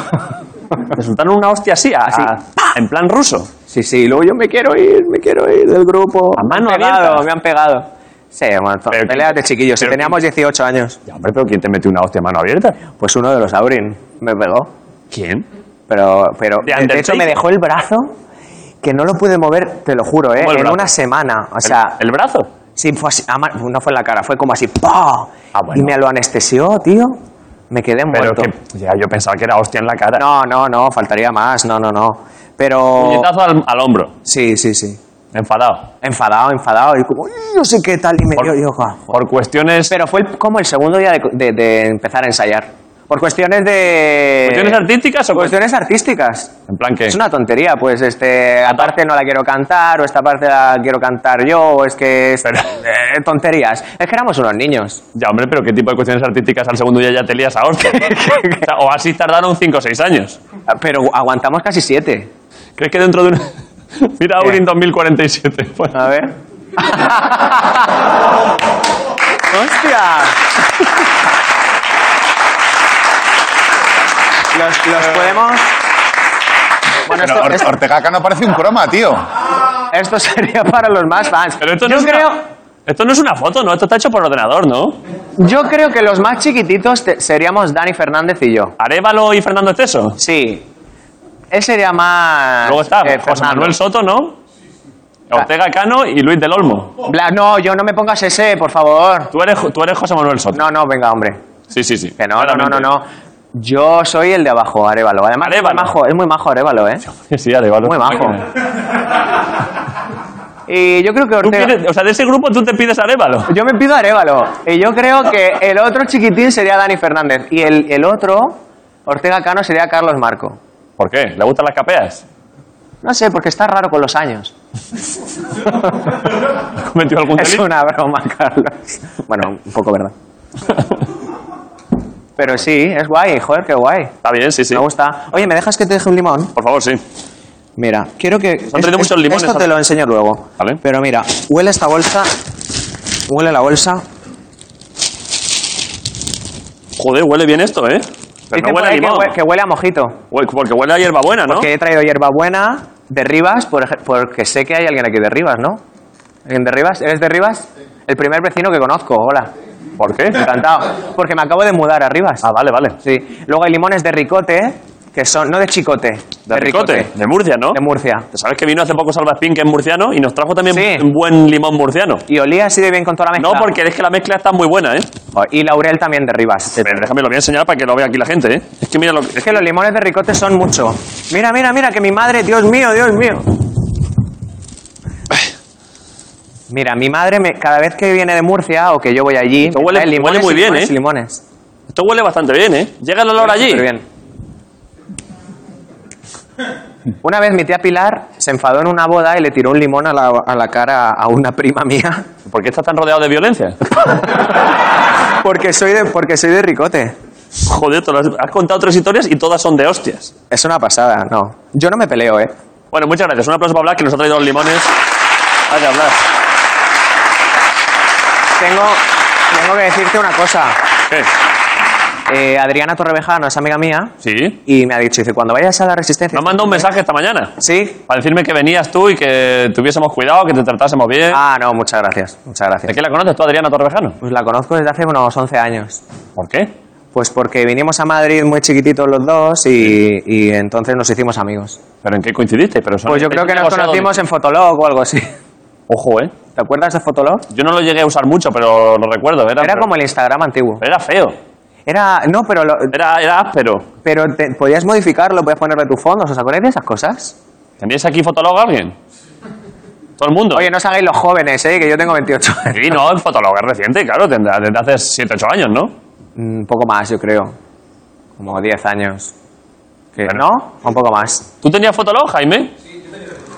S1: ¿Te soltaron una hostia así? a- a- en plan ruso.
S7: Sí, sí, y luego yo me quiero ir, me quiero ir del grupo.
S1: ¿A mano
S7: me han pegado,
S1: abierta?
S7: me han pegado. Sí, bueno, to-
S1: Pero-
S7: peleas de chiquillos. Si
S1: pero-
S7: teníamos 18 años,
S1: Ya, hombre, pero ¿quién te metió una hostia a mano abierta?
S7: pues uno de los Aurin me pegó.
S1: ¿Quién?
S7: Pero, pero
S1: ¿De
S7: de, hecho
S1: Undertaker?
S7: me dejó el brazo que no lo pude mover, te lo juro, ¿eh?
S1: ¿Cómo el
S7: en
S1: brazo?
S7: una semana. O sea,
S1: ¿El brazo?
S7: sí, fue así, a ma- no fue en la cara, fue como así, ¡pah!
S1: Ah, bueno.
S7: Y me lo anestesió, tío. Me quedé
S1: Pero
S7: muerto.
S1: que... Ya, yo pensaba que era hostia en la cara.
S7: No, no, no, faltaría más, no, no, no. Pero...
S1: Puñetazo al, al hombro.
S7: Sí, sí, sí.
S1: Enfadado.
S7: Enfadado, enfadado, y como, "Ih, no sé qué tal, y me dio yo, "Ah,
S1: Por cuestiones...
S7: Pero fue el- como el segundo día de, de- de empezar a ensayar. Por cuestiones de...
S1: ¿Cuestiones artísticas o cu-
S7: Cuestiones artísticas.
S1: En plan que...
S7: Es una tontería, pues este, aparte no la quiero cantar, o esta parte la quiero cantar yo, o es que... es-
S1: Pero-
S7: eh, tonterías. Es que éramos unos niños.
S1: Ya, hombre, pero ¿qué tipo de cuestiones artísticas al segundo día ya te lías a hostia? O sea, o así tardaron 5 o 6 años.
S7: Pero aguantamos casi siete.
S1: ¿Crees que dentro de un...
S7: Eh.
S1: Mira, Aurin 2047. Bueno,
S7: A ver. ¡Hostia! Los, los podemos... Bueno,
S3: Pero
S7: esto,
S3: Or-
S7: esto-
S3: Ortega Cano parece un croma, tío.
S7: Esto sería para los más fans.
S1: pero esto no,
S7: yo,
S1: es
S7: creo,
S1: una... esto no es una foto, ¿no? Esto está hecho por ordenador, ¿no?
S7: yo creo que los más chiquititos te- seríamos Dani Fernández y yo.
S1: Arevalo y Fernando Esteso.
S7: Sí. Él sería más.
S1: Luego está
S7: eh,
S1: José
S7: Fernando.
S1: Manuel Soto, ¿no? Ortega Cano y Luis del Olmo.
S7: Bla- no, yo no me pongas ese, por favor.
S1: Tú eres, tú eres José Manuel Soto.
S7: No, no, venga, hombre.
S1: Sí, sí, sí.
S7: Que no, no, no, no,
S1: claramente.
S7: no. Yo soy el de abajo, Arevalo. Además, es muy
S1: Arévalo.
S7: majo- es muy majo Arevalo, ¿eh?
S1: Sí, Arevalo.
S7: Muy majo. Y yo creo que
S1: Tú
S7: Ortega.
S1: pides- o sea, de ese grupo tú te pides Arevalo.
S7: Yo me pido Arevalo. Y yo creo que el otro chiquitín sería Dani Fernández. Y el, el otro, Ortega Cano, sería Carlos Marco.
S1: ¿Por qué? ¿Le gustan las capeas?
S7: No sé, porque está raro con los años.
S1: ¿Ha cometido algún
S7: Es
S1: delito?
S7: una broma, Carlos. Bueno, un poco verdad. Pero sí, es guay, joder, qué guay.
S1: Está bien, sí, sí.
S7: Me gusta. Oye, ¿me dejas que te deje un limón?
S1: Por favor, sí.
S7: Mira, quiero que...
S1: han traído muchos limones
S7: Esto te
S1: ahora.
S7: lo enseño luego.
S1: Vale.
S7: Pero mira, huele esta bolsa. Huele la bolsa.
S1: Joder, huele bien esto, ¿eh? Pero
S7: Dicen
S1: no
S7: por
S1: huele a
S7: ahí que
S1: limón.
S7: hue- Que huele a mojito.
S1: Hue- Porque huele a hierbabuena, ¿no?
S7: Que he traído hierbabuena de Rivas, por ej- porque sé que hay alguien aquí de Rivas, ¿no? ¿Alguien de Rivas? ¿Eres de Rivas? El primer vecino que conozco, hola.
S1: ¿Por qué?
S7: Encantado. Porque me acabo de mudar a Rivas.
S1: Ah, vale, vale.
S7: Sí. Luego hay limones de ricote, que son, no de chicote,
S1: De ricote. De Murcia, ¿no?
S7: de Murcia.
S1: Sabes que vino hace poco Salva Spin, que es murciano, y nos trajo también
S7: Sí.
S1: un buen limón murciano.
S7: Y olía así de bien con toda la mezcla.
S1: No, porque es que la mezcla está muy buena, ¿eh?
S7: Y laurel también de Rivas.
S1: Pero déjame, lo voy a enseñar para que lo vea aquí la gente, ¿eh? Es que mira lo que...
S7: Es que los limones de ricote son mucho. Mira, mira, mira, que mi madre, Dios mío, Dios mío. Mira, mi madre, me- cada vez que viene de Murcia o que yo voy allí,
S1: Esto
S7: me
S1: huele-
S7: trae
S1: huele
S7: limones,
S1: muy
S7: y
S1: bien,
S7: limones,
S1: ¿eh?
S7: y limones.
S1: Esto huele bastante bien, ¿eh? Llega el olor
S7: Huele
S1: allí.
S7: superbién. Una vez mi tía Pilar se enfadó en una boda y le tiró un limón a la, a la cara a una prima mía.
S1: ¿Por qué estás tan rodeado de violencia?
S7: Porque soy de, porque soy de ricote.
S1: Joder, te lo has, has contado tres historias y todas son de hostias.
S7: Es una pasada, no. Yo no me peleo, ¿eh?
S1: Bueno, muchas gracias. Un aplauso para Blas, que nos ha traído los limones. Gracias, Blas.
S7: Tengo, tengo que decirte una cosa.
S1: ¿Qué?
S7: Eh, Adriana Torrevejano es amiga mía
S1: ¿Sí?
S7: y me ha dicho, dice, cuando vayas a la resistencia...
S1: Me han mandado un mensaje esta mañana
S7: ¿Sí?
S1: para decirme que venías tú y que tuviésemos cuidado, que te tratásemos bien.
S7: Ah, no, muchas gracias, muchas
S1: ¿De
S7: gracias.
S1: qué la conoces tú, Adriana Torrevejano?
S7: Pues la conozco desde hace unos 11 años.
S1: ¿Por qué?
S7: Pues porque vinimos a Madrid muy chiquititos los dos y, y entonces nos hicimos amigos.
S1: ¿Pero en qué coincidiste? Pero son-
S7: Pues yo creo que nos
S1: negociado-
S7: conocimos en Fotolog o algo así. ¿Te
S1: Ojo, ¿eh?
S7: acuerdas de Fotolog?
S1: Yo no lo llegué a usar mucho, pero lo recuerdo. Era,
S7: Era como el Instagram antiguo.
S1: pero era feo.
S7: Era, no, pero, lo-
S1: Era, era áspero.
S7: pero te- podías modificarlo, podías ponerle tus fondos, ¿os acordáis de esas cosas?
S1: ¿Tenéis aquí fotólogo alguien? ¿Todo el mundo?
S7: Oye, no os hagáis los jóvenes, ¿eh? que yo tengo 28 años.
S1: Sí, no, el fotólogo es reciente, claro, tendrá desde hace 7, 8 años, ¿no?
S7: Mm, Un poco más, yo creo. Como 10 años.
S1: Bueno.
S7: ¿No? Un poco más.
S1: ¿Tú tenías fotólogo, Jaime? Sí,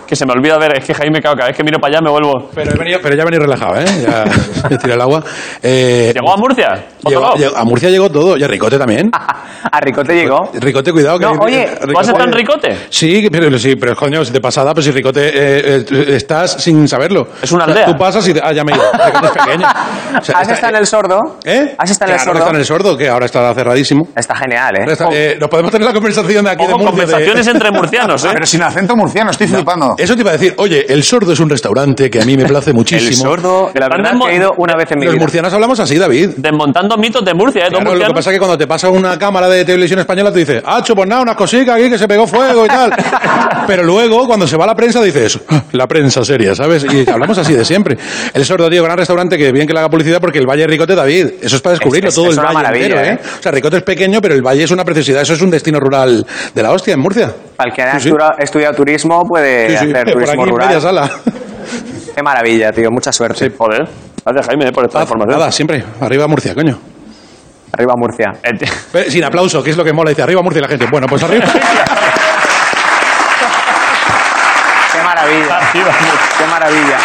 S1: que se me olvida ver, es que Jaime, claro, cada vez que miro para allá me vuelvo.
S4: Pero, he venido, pero ya he venido relajado, ¿eh? Ya me tiré al agua. Eh,
S1: ¿Llegó a Murcia? ¿Otro
S4: llegó-
S1: lado?
S4: llegó- a Murcia llegó todo. Y a Ricote también.
S7: A Ricote llegó.
S4: Ricote, cuidado. Que
S7: Ah. No, oye,
S1: ¿Tú has estado en Ricote?
S4: Sí, que- pero, sí, pero coño, si de pasada, pues si Ricote eh, eh, tú estás sin saberlo.
S1: Es una
S4: O sea,
S1: aldea.
S4: Tú pasas y ah, ya me he ido. Ricote es pequeño. O sea,
S7: ¿Has estado en el sordo?
S4: ¿Eh?
S7: ¿Has estado en el
S4: Claro,
S7: sordo?
S4: está en el sordo, que ahora está cerradísimo.
S7: Está genial, ¿eh?
S4: Está- eh, nos podemos tener la conversación de aquí
S1: Ojo,
S4: de Murcia. de-
S1: conversaciones entre murcianos, ¿eh?
S3: Pero sin acento murciano, estoy flipando.
S4: Eso te iba a decir, oye, el sordo es un restaurante que a mí me place muchísimo.
S7: El sordo, que la verdad
S1: Andamos-
S7: es que he ido una vez en mi
S4: Los
S7: vida.
S4: murcianos hablamos así, David.
S1: Desmontando mitos de Murcia, ¿eh? Dos
S4: Claro, lo que
S1: murcianos.
S4: pasa es que cuando te pasa una cámara de televisión española te dice, ah, pues nada, unas cositas aquí que se pegó fuego y tal. Pero luego, cuando se va la prensa, dices, "Ah, la prensa seria, ¿sabes? Y hablamos así de siempre. El sordo, tío, gran restaurante que bien que le haga publicidad porque el Valle es Ricote, David, eso es para descubrirlo
S7: Es- es-
S4: todo
S7: es
S4: el
S7: una
S4: Valle
S7: maravilla,
S4: entero, ¿eh?
S7: ¿eh?
S4: O sea, Ricote es pequeño, pero el Valle es una preciosidad, eso es un destino rural de la hostia en Murcia.
S7: Para el que haya
S4: Sí, sí.
S7: estura- estudiado turismo puede
S4: Sí, sí, eh,
S7: hacer
S4: por
S7: turismo
S4: aquí en media
S7: rural.
S4: sala.
S7: Qué maravilla, tío. Mucha suerte.
S1: Joder, gracias Jaime eh, por esta información.
S4: Ah, Nada, siempre, arriba Murcia, coño.
S7: Arriba Murcia.
S4: Eh,
S1: El tío-
S4: Pero Sin aplauso, que es lo que mola, dice, arriba Murcia y la gente. Bueno, pues arriba.
S7: Qué maravilla.
S1: Arriba Murcia.
S7: Qué maravilla.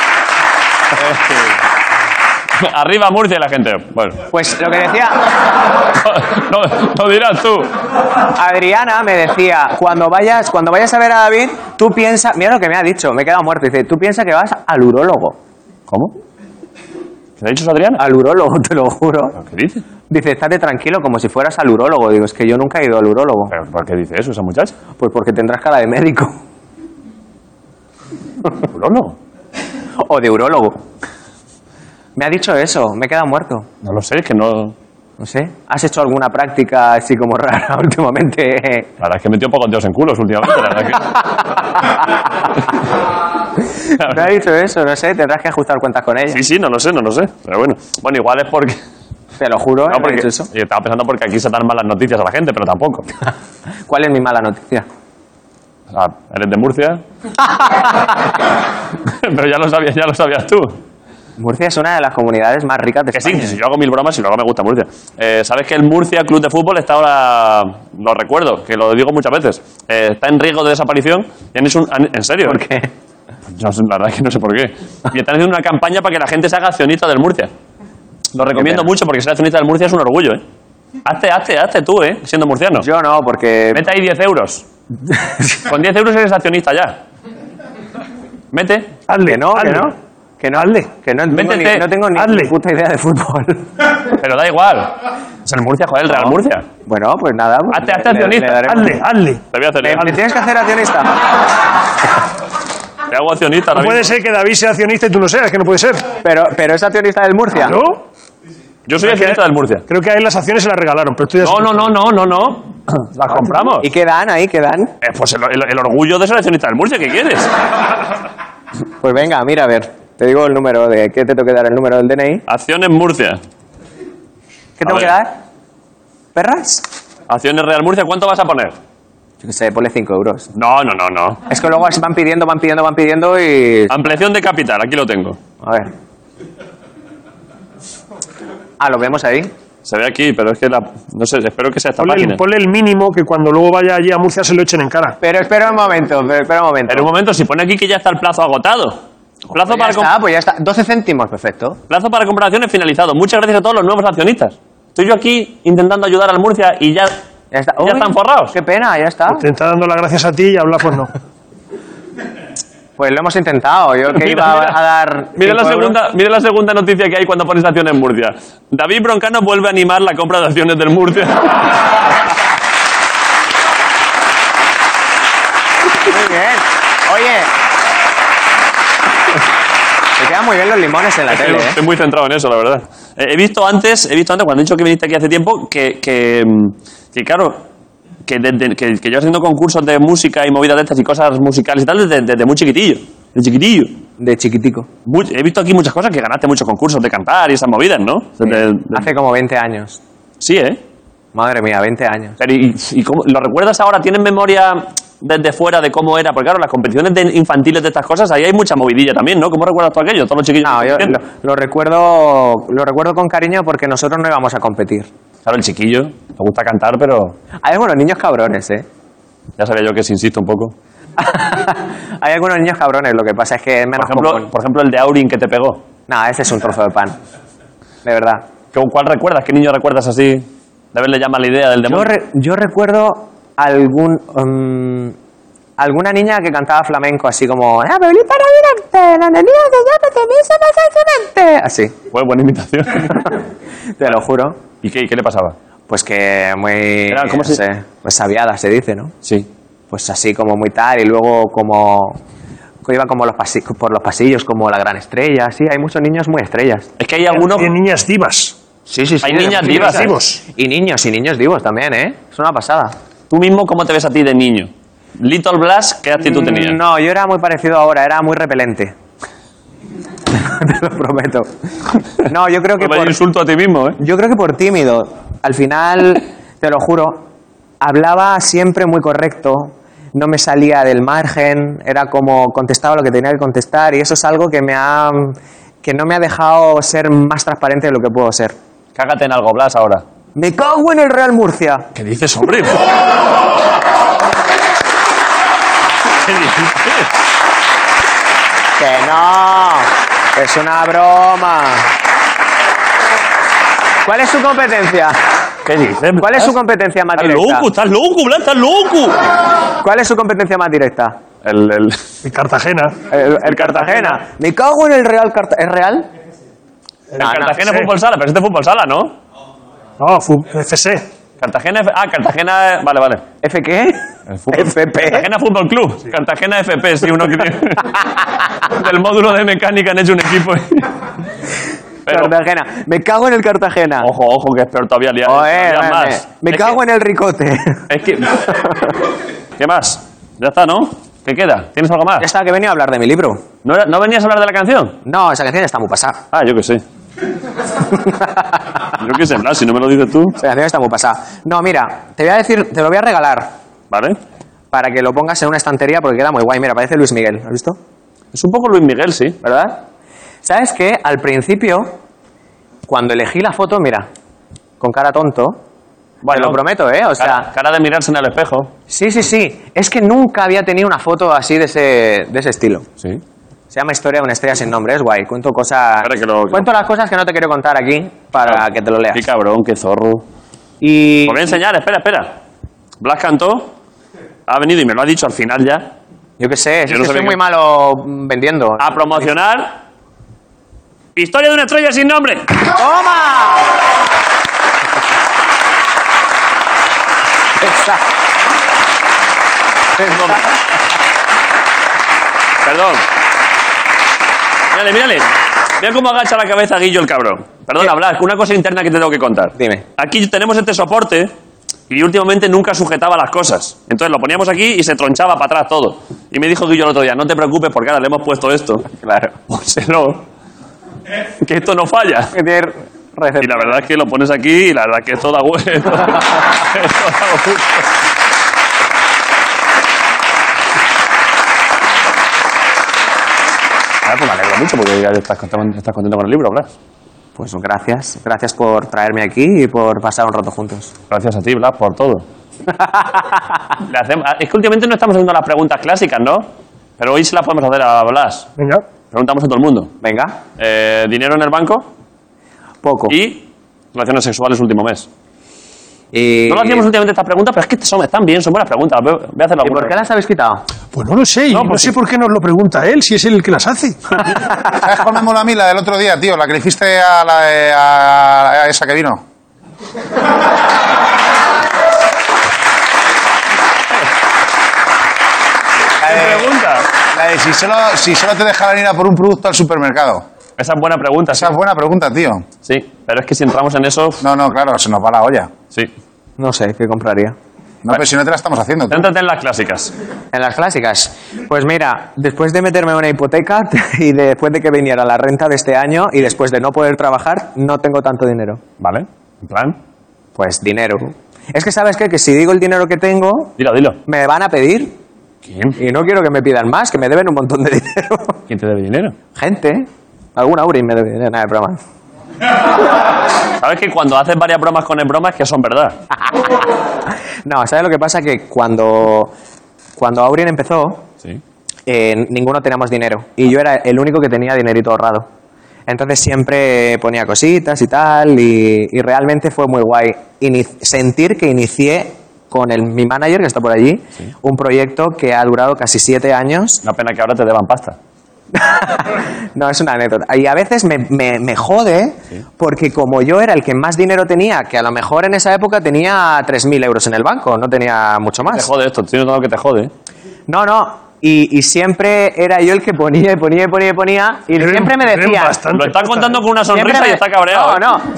S1: Arriba Murcia y la gente. Bueno,
S7: Pues lo que decía
S1: no, no dirás tú.
S7: Adriana me decía, cuando vayas, cuando vayas a ver a David, tú piensa, mira lo que me ha dicho, me he quedado muerto, dice, tú piensa que vas al urólogo.
S1: ¿Cómo? ¿Qué ha dicho eso, Adriana?
S7: Al urólogo, te lo juro.
S1: ¿Qué dice?
S7: Dice, estate tranquilo, como si fueras al urólogo. Digo, es que yo nunca he ido al urólogo.
S1: ¿Pero por qué dice eso esa muchacha?
S7: Pues porque tendrás cara de médico.
S1: Urólogo.
S7: O de urólogo. Me ha dicho eso, me he quedado muerto.
S1: No lo sé, es que no.
S7: No sé. ¿Has hecho alguna práctica así como rara últimamente?
S1: La verdad es que he metido pocos dedos en culos últimamente. La verdad que...
S7: No ha dicho eso, no sé. Tendrás que ajustar cuentas con ella.
S1: Sí, sí, no lo sé, no lo sé. Pero bueno, bueno igual es porque.
S7: Te lo juro.
S1: No,
S7: me ha
S1: porque
S7: dicho eso.
S1: yo estaba pensando porque aquí se dan malas noticias a la gente, pero tampoco.
S7: ¿Cuál es mi mala noticia?
S1: Ah, eres de Murcia. pero ya lo sabías, ya lo sabías tú.
S7: Murcia es una de las comunidades más ricas de
S1: Que sí,
S7: España.
S1: que si yo hago mil bromas y luego me gusta Murcia. Eh, ¿Sabes que el Murcia Club de Fútbol está ahora, lo recuerdo, que lo digo muchas veces, eh, está en riesgo de desaparición? y han hecho un- han- ¿En serio?
S7: ¿Por qué?
S1: No sé, la verdad es que no sé por qué. Y están haciendo una campaña para que la gente se haga accionista del Murcia. Lo recomiendo mucho porque ser accionista del Murcia es un orgullo, ¿eh? Hazte, hazte, hazte tú, ¿eh? Siendo murciano.
S7: Yo no, porque...
S1: Mete ahí 10 euros. Con 10 euros eres accionista ya. Mete.
S7: que no, que no. Que no, que no, tengo ni,
S1: Métete.
S7: no tengo ni
S1: Hazle.
S7: puta idea de fútbol.
S1: Pero da igual. Es el Murcia, joder, el Real Murcia.
S7: Bueno, pues nada. pues
S1: Hazte,
S7: le-
S1: hazte
S7: le- le
S1: accionista.
S7: daremos-
S2: Hazle, hazle.
S1: Te voy a hacer.
S7: Me, me tienes que hacer accionista.
S1: Te hago accionista ahora
S2: No puede
S1: mismo.
S2: ser que David sea accionista y tú no seas, que no puede ser.
S7: Pero, pero es accionista del Murcia.
S2: ¿No?
S1: Yo soy accionista del Murcia.
S2: Creo que a él las acciones se las regalaron, pero tú ya
S1: No, no, no, no, no, no. Las compramos.
S7: ¿Y qué dan ahí? ¿Qué dan?
S1: Eh, pues el, el- el orgullo de ser accionista del Murcia, ¿qué quieres?
S7: Pues venga, mira, a ver. Te digo el número de... ¿Qué te tengo que dar? ¿El número del DNI?
S1: Acciones Murcia.
S7: ¿Qué tengo
S1: ver.
S7: que dar? ¿Perras?
S1: Acciones Real Murcia, ¿cuánto vas a poner?
S7: Yo qué sé, ponle 5 euros.
S1: No, no, no, no.
S7: Es que luego así van pidiendo, van pidiendo, van pidiendo y...
S1: Ampliación de capital, aquí lo tengo.
S7: A ver. Ah, lo vemos ahí.
S1: Se ve aquí, pero es que la. No sé, espero que sea esta
S2: Ponle
S1: página.
S2: el, ponle el mínimo que cuando luego vaya allí a Murcia se lo echen en cara.
S7: Pero espera un momento, pero espera un momento.
S1: En un momento, si pone aquí que ya está el plazo agotado. Plazo
S7: Pues ya
S1: para, com-
S7: está, pues ya está. 12 céntimos, perfecto.
S1: plazo para comprar acciones finalizado. Muchas gracias a todos los nuevos accionistas. Estoy yo aquí intentando ayudar al Murcia y ya.
S7: Ya, está.
S1: Ya están forrados.
S7: Qué pena, ya está.
S2: Te está dando las gracias a ti y habla pues no.
S7: Pues lo hemos intentado. Yo que
S1: Mira,
S7: iba
S1: mira.
S7: a dar.
S1: Mira la,
S7: cinco euros.
S1: segunda, mira la segunda noticia que hay cuando pones acciones en Murcia. David Broncano vuelve a animar la compra de acciones del Murcia.
S7: Muy bien. Oye. Te quedan muy bien los limones en la
S1: Estoy,
S7: tele, ¿eh?
S1: estoy muy centrado en eso, la verdad. Eh, he visto antes, he visto antes cuando he dicho que viniste aquí hace tiempo, que, que, mm, que claro, que, desde- que, que yo haciendo concursos de música y movidas de estas y cosas musicales y tal desde, desde muy chiquitillo. De chiquitillo.
S7: De chiquitico.
S1: Mu- he visto aquí muchas cosas que ganaste muchos concursos de cantar y esas movidas, ¿no? Desde- de-
S7: Hace como 20 años.
S1: sí, ¿eh?
S7: Madre mía, 20 años.
S1: Pero ¿y, y cómo- lo recuerdas ahora? ¿Tienes memoria desde fuera de cómo era? Porque claro, las competiciones de infantiles de estas cosas, ahí hay mucha movidilla también, ¿no? ¿Cómo recuerdas tú aquello? Todos los chiquillos.
S7: No, yo
S1: compitiendo.
S7: lo, lo recuerdo, lo recuerdo con cariño porque nosotros no íbamos a competir.
S1: Claro, el chiquillo, le gusta cantar, pero
S7: Hay algunos niños cabrones, ¿eh?
S1: ya sabía yo que se insiste un poco.
S7: Hay algunos niños cabrones, lo que pasa es que es menos
S1: Por ejemplo,
S7: común.
S1: por ejemplo, el de Aurin que te pegó.
S7: Nah, ese es un trozo de pan. De verdad.
S1: ¿Qué- ¿Cuál recuerdas? ¿Qué niño recuerdas así? De haberle llamado la idea del
S7: Yo,
S1: demonio.
S7: re- yo recuerdo algún mm, alguna niña que cantaba flamenco así como "Ah, me olí para adelante, la alegría que yo no te hizo más excelente".
S1: Fue buena imitación.
S7: Así, te lo juro.
S1: ¿Y qué, qué le pasaba?
S7: Pues que muy
S1: Era, ¿cómo
S7: no
S1: se-
S7: sé, pues sabiada se dice, ¿no?
S1: Sí.
S7: Pues así como muy tal y luego como que iba como los pasi- por los pasillos como la gran estrella, sí, hay muchos niños muy estrellas.
S1: Es que hay algunos...
S2: Tiene niñas divas.
S7: Sí, sí, sí.
S1: Hay niñas divas, ¿eh?
S7: Y niños, y niños divos también, ¿eh? Es una pasada.
S1: ¿Tú mismo cómo te ves a ti de niño? Little Blas, ¿qué actitud tenías?
S7: Mm, No, yo era muy parecido ahora, era muy repelente. Te lo prometo. No, yo creo que
S1: Vaya
S7: por,
S1: insulto a ti mismo, ¿eh?
S7: yo creo que por tímido. Al final, te lo juro, hablaba siempre muy correcto, no me salía del margen, era como contestaba lo que tenía que contestar y eso es algo que me ha que no me ha dejado ser más transparente de lo que puedo ser.
S1: Cágate en algo, Blas, ahora.
S7: Me cago en el Real Murcia.
S1: ¿Qué dices, hombre? ¿Qué dices?
S7: Que no, es una broma. ¿Cuál es su competencia?
S1: ¿Qué dices?
S7: ¿Cuál es su
S1: Blas?
S7: competencia más
S1: Estás
S7: directa?
S1: loco, estás loco, Blas, estás loco.
S7: ¿Cuál es su competencia más directa?
S1: El, el...
S2: De Cartagena.
S7: El, el Cartagena. Me cago en el Real Cartagena. ¿Es real?
S1: El
S7: no,
S1: Cartagena
S2: sí.
S1: Fútbol Sala, pero este es Fútbol Sala, ¿no?
S2: No, fu- FC.
S1: Cartagena... F- Ah, Cartagena... Vale, vale.
S7: ¿F qué? FP.
S1: Cartagena Fútbol Club. Cartagena FP, sí, uno que tiene... Del módulo de mecánica han hecho un equipo. Pero,
S7: Cartagena. Me cago en el Cartagena.
S1: ojo, ojo, que es peor todavía liar.
S7: Oe,
S1: liar
S7: oe,
S1: más.
S7: Me me
S1: Es
S7: cago
S1: que-
S7: en el ricote.
S1: Es que... ¿Qué más? Ya está, ¿no? ¿Qué queda? ¿Tienes algo
S7: Ya
S1: más?
S7: está, que venía a hablar de mi libro.
S1: ¿No, era- ¿No venías a hablar de la canción?
S7: No, esa canción está muy pasada.
S1: Ah, yo qué sé. Yo qué sé, Blas, si no me lo dices tú.
S7: Esa canción está muy pasada. No, mira, te voy a decir, te lo voy a regalar.
S1: Vale.
S7: para que lo pongas en una estantería porque queda muy guay. Mira, parece Luis Miguel, ¿has visto?
S1: Es un poco Luis Miguel, sí.
S7: ¿Verdad? ¿Sabes qué? Al principio, cuando elegí la foto, mira, con cara tonto, te lo prometo, ¿eh? O
S1: Cara,
S7: sea,
S1: cara de mirarse en el espejo.
S7: sí, sí, sí. Es que nunca había tenido una foto así de ese, de ese estilo.
S1: Sí.
S7: Se llama Historia de una estrella sin nombre, es guay. Cuento cosas...
S1: Espera que lo-
S7: Cuento las cosas que no te quiero contar aquí para que te lo leas.
S1: Qué cabrón, qué zorro.
S7: Y...
S1: Os voy a enseñar, espera, espera. Blas cantó, ha venido y me lo ha dicho al final ya.
S7: Yo qué sé, es
S1: Yo no
S7: que
S1: sabía
S7: soy
S1: que-
S7: muy malo mm, vendiendo.
S1: A promocionar. Historia de una estrella sin nombre.
S7: ¡Toma! pues,
S1: Perdón. Mírale, mírale. Mira cómo agacha la cabeza Guillo el cabrón. Perdona, Blas, una cosa interna que te tengo que contar.
S7: Dime.
S1: Aquí tenemos este soporte y últimamente nunca sujetaba las cosas. Entonces lo poníamos aquí y se tronchaba para atrás todo. Y me dijo Guillo el otro día, no te preocupes porque ahora le hemos puesto esto.
S7: Claro.
S1: Pónselo. Que esto no falla.
S7: Que tiene
S1: Y
S7: receta.
S1: la verdad es que lo pones aquí y la verdad es que esto da hue- esto da gusto. Ah, pues me alegro mucho porque ya estás contento, estás contento con el libro, Blas.
S7: Pues gracias. Gracias por traerme aquí y por pasar un rato juntos.
S1: Gracias a ti, Blas, por todo. Le hacemos- ah, es que últimamente no estamos haciendo las preguntas clásicas, ¿no? Pero hoy se las podemos hacer a Blas.
S2: Venga.
S1: Preguntamos a todo el mundo.
S7: Venga.
S1: Eh, ¿Dinero en el banco?
S7: Poco.
S1: Y relaciones sexuales último mes.
S7: Y-
S1: No lo hacíamos últimamente estas preguntas, pero es que son, están bien, son buenas preguntas. Voy voy a hacer
S7: ¿Y por qué las habéis quitado?
S2: Pues no lo sé, y no,
S1: porque-
S2: sé por qué nos lo pregunta él, si es él el que las hace.
S3: ¿Sabes cuál me mola a mí? La del otro día, tío, la que le hiciste a, la, de- a, a esa que vino.
S1: ¿Qué pregunta?
S3: La de si solo, si solo te dejaran ir a por un producto al supermercado.
S1: Esa es buena pregunta, sí.
S3: Esa es buena pregunta, tío.
S1: Sí, pero es que si entramos en eso,
S3: No, no, claro, se nos va la olla.
S1: sí.
S7: No sé, ¿qué compraría?
S3: No, pero si no te la estamos haciendo. tío.
S1: Céntrate en las clásicas.
S7: En las clásicas. Pues mira, después de meterme en una hipoteca y después de que viniera la renta de este año y después de no poder trabajar, no tengo tanto dinero.
S1: ¿Vale? En plan.
S7: Pues dinero. Es que sabes qué? que si digo el dinero que tengo,
S1: Dilo, dilo.
S7: me van a pedir
S1: ¿Quién?
S7: y no quiero que me pidan más, que me deben un montón de dinero.
S1: ¿Quién te debe dinero?
S7: Gente, alguna Uri me debe dinero, nada de broma.
S1: Sabes que cuando haces varias Ah. bromas con el bromas es que son verdad.
S7: No, ¿sabes lo que pasa? Que cuando cuando Aurien empezó,
S1: Sí.
S7: eh, ninguno teníamos dinero. Y yo era el único que tenía dinerito ahorrado. Entonces siempre ponía cositas y tal, y, y realmente fue muy guay ini- sentir que inicié con el, mi manager, que está por allí, un proyecto que ha durado casi siete años.
S1: Una pena que ahora te deban pasta.
S7: No, es una anécdota. Y a veces me, me- me jode, porque como yo era el que más dinero tenía, que a lo mejor en esa época tenía 3.000 euros en el banco, no tenía mucho
S1: Te
S7: más.
S1: jode esto, estoy notando que te jode.
S7: No, no. Y, y siempre era yo el que ponía y ponía y ponía y ponía. Y
S2: Tienen-
S7: siempre me
S2: tienen
S7: decía.
S2: bastante
S1: Lo está
S2: pasta,
S1: contando
S2: ¿eh?
S1: con una sonrisa
S7: siempre
S1: y
S7: me-
S1: está cabreado. eh.
S7: No, no.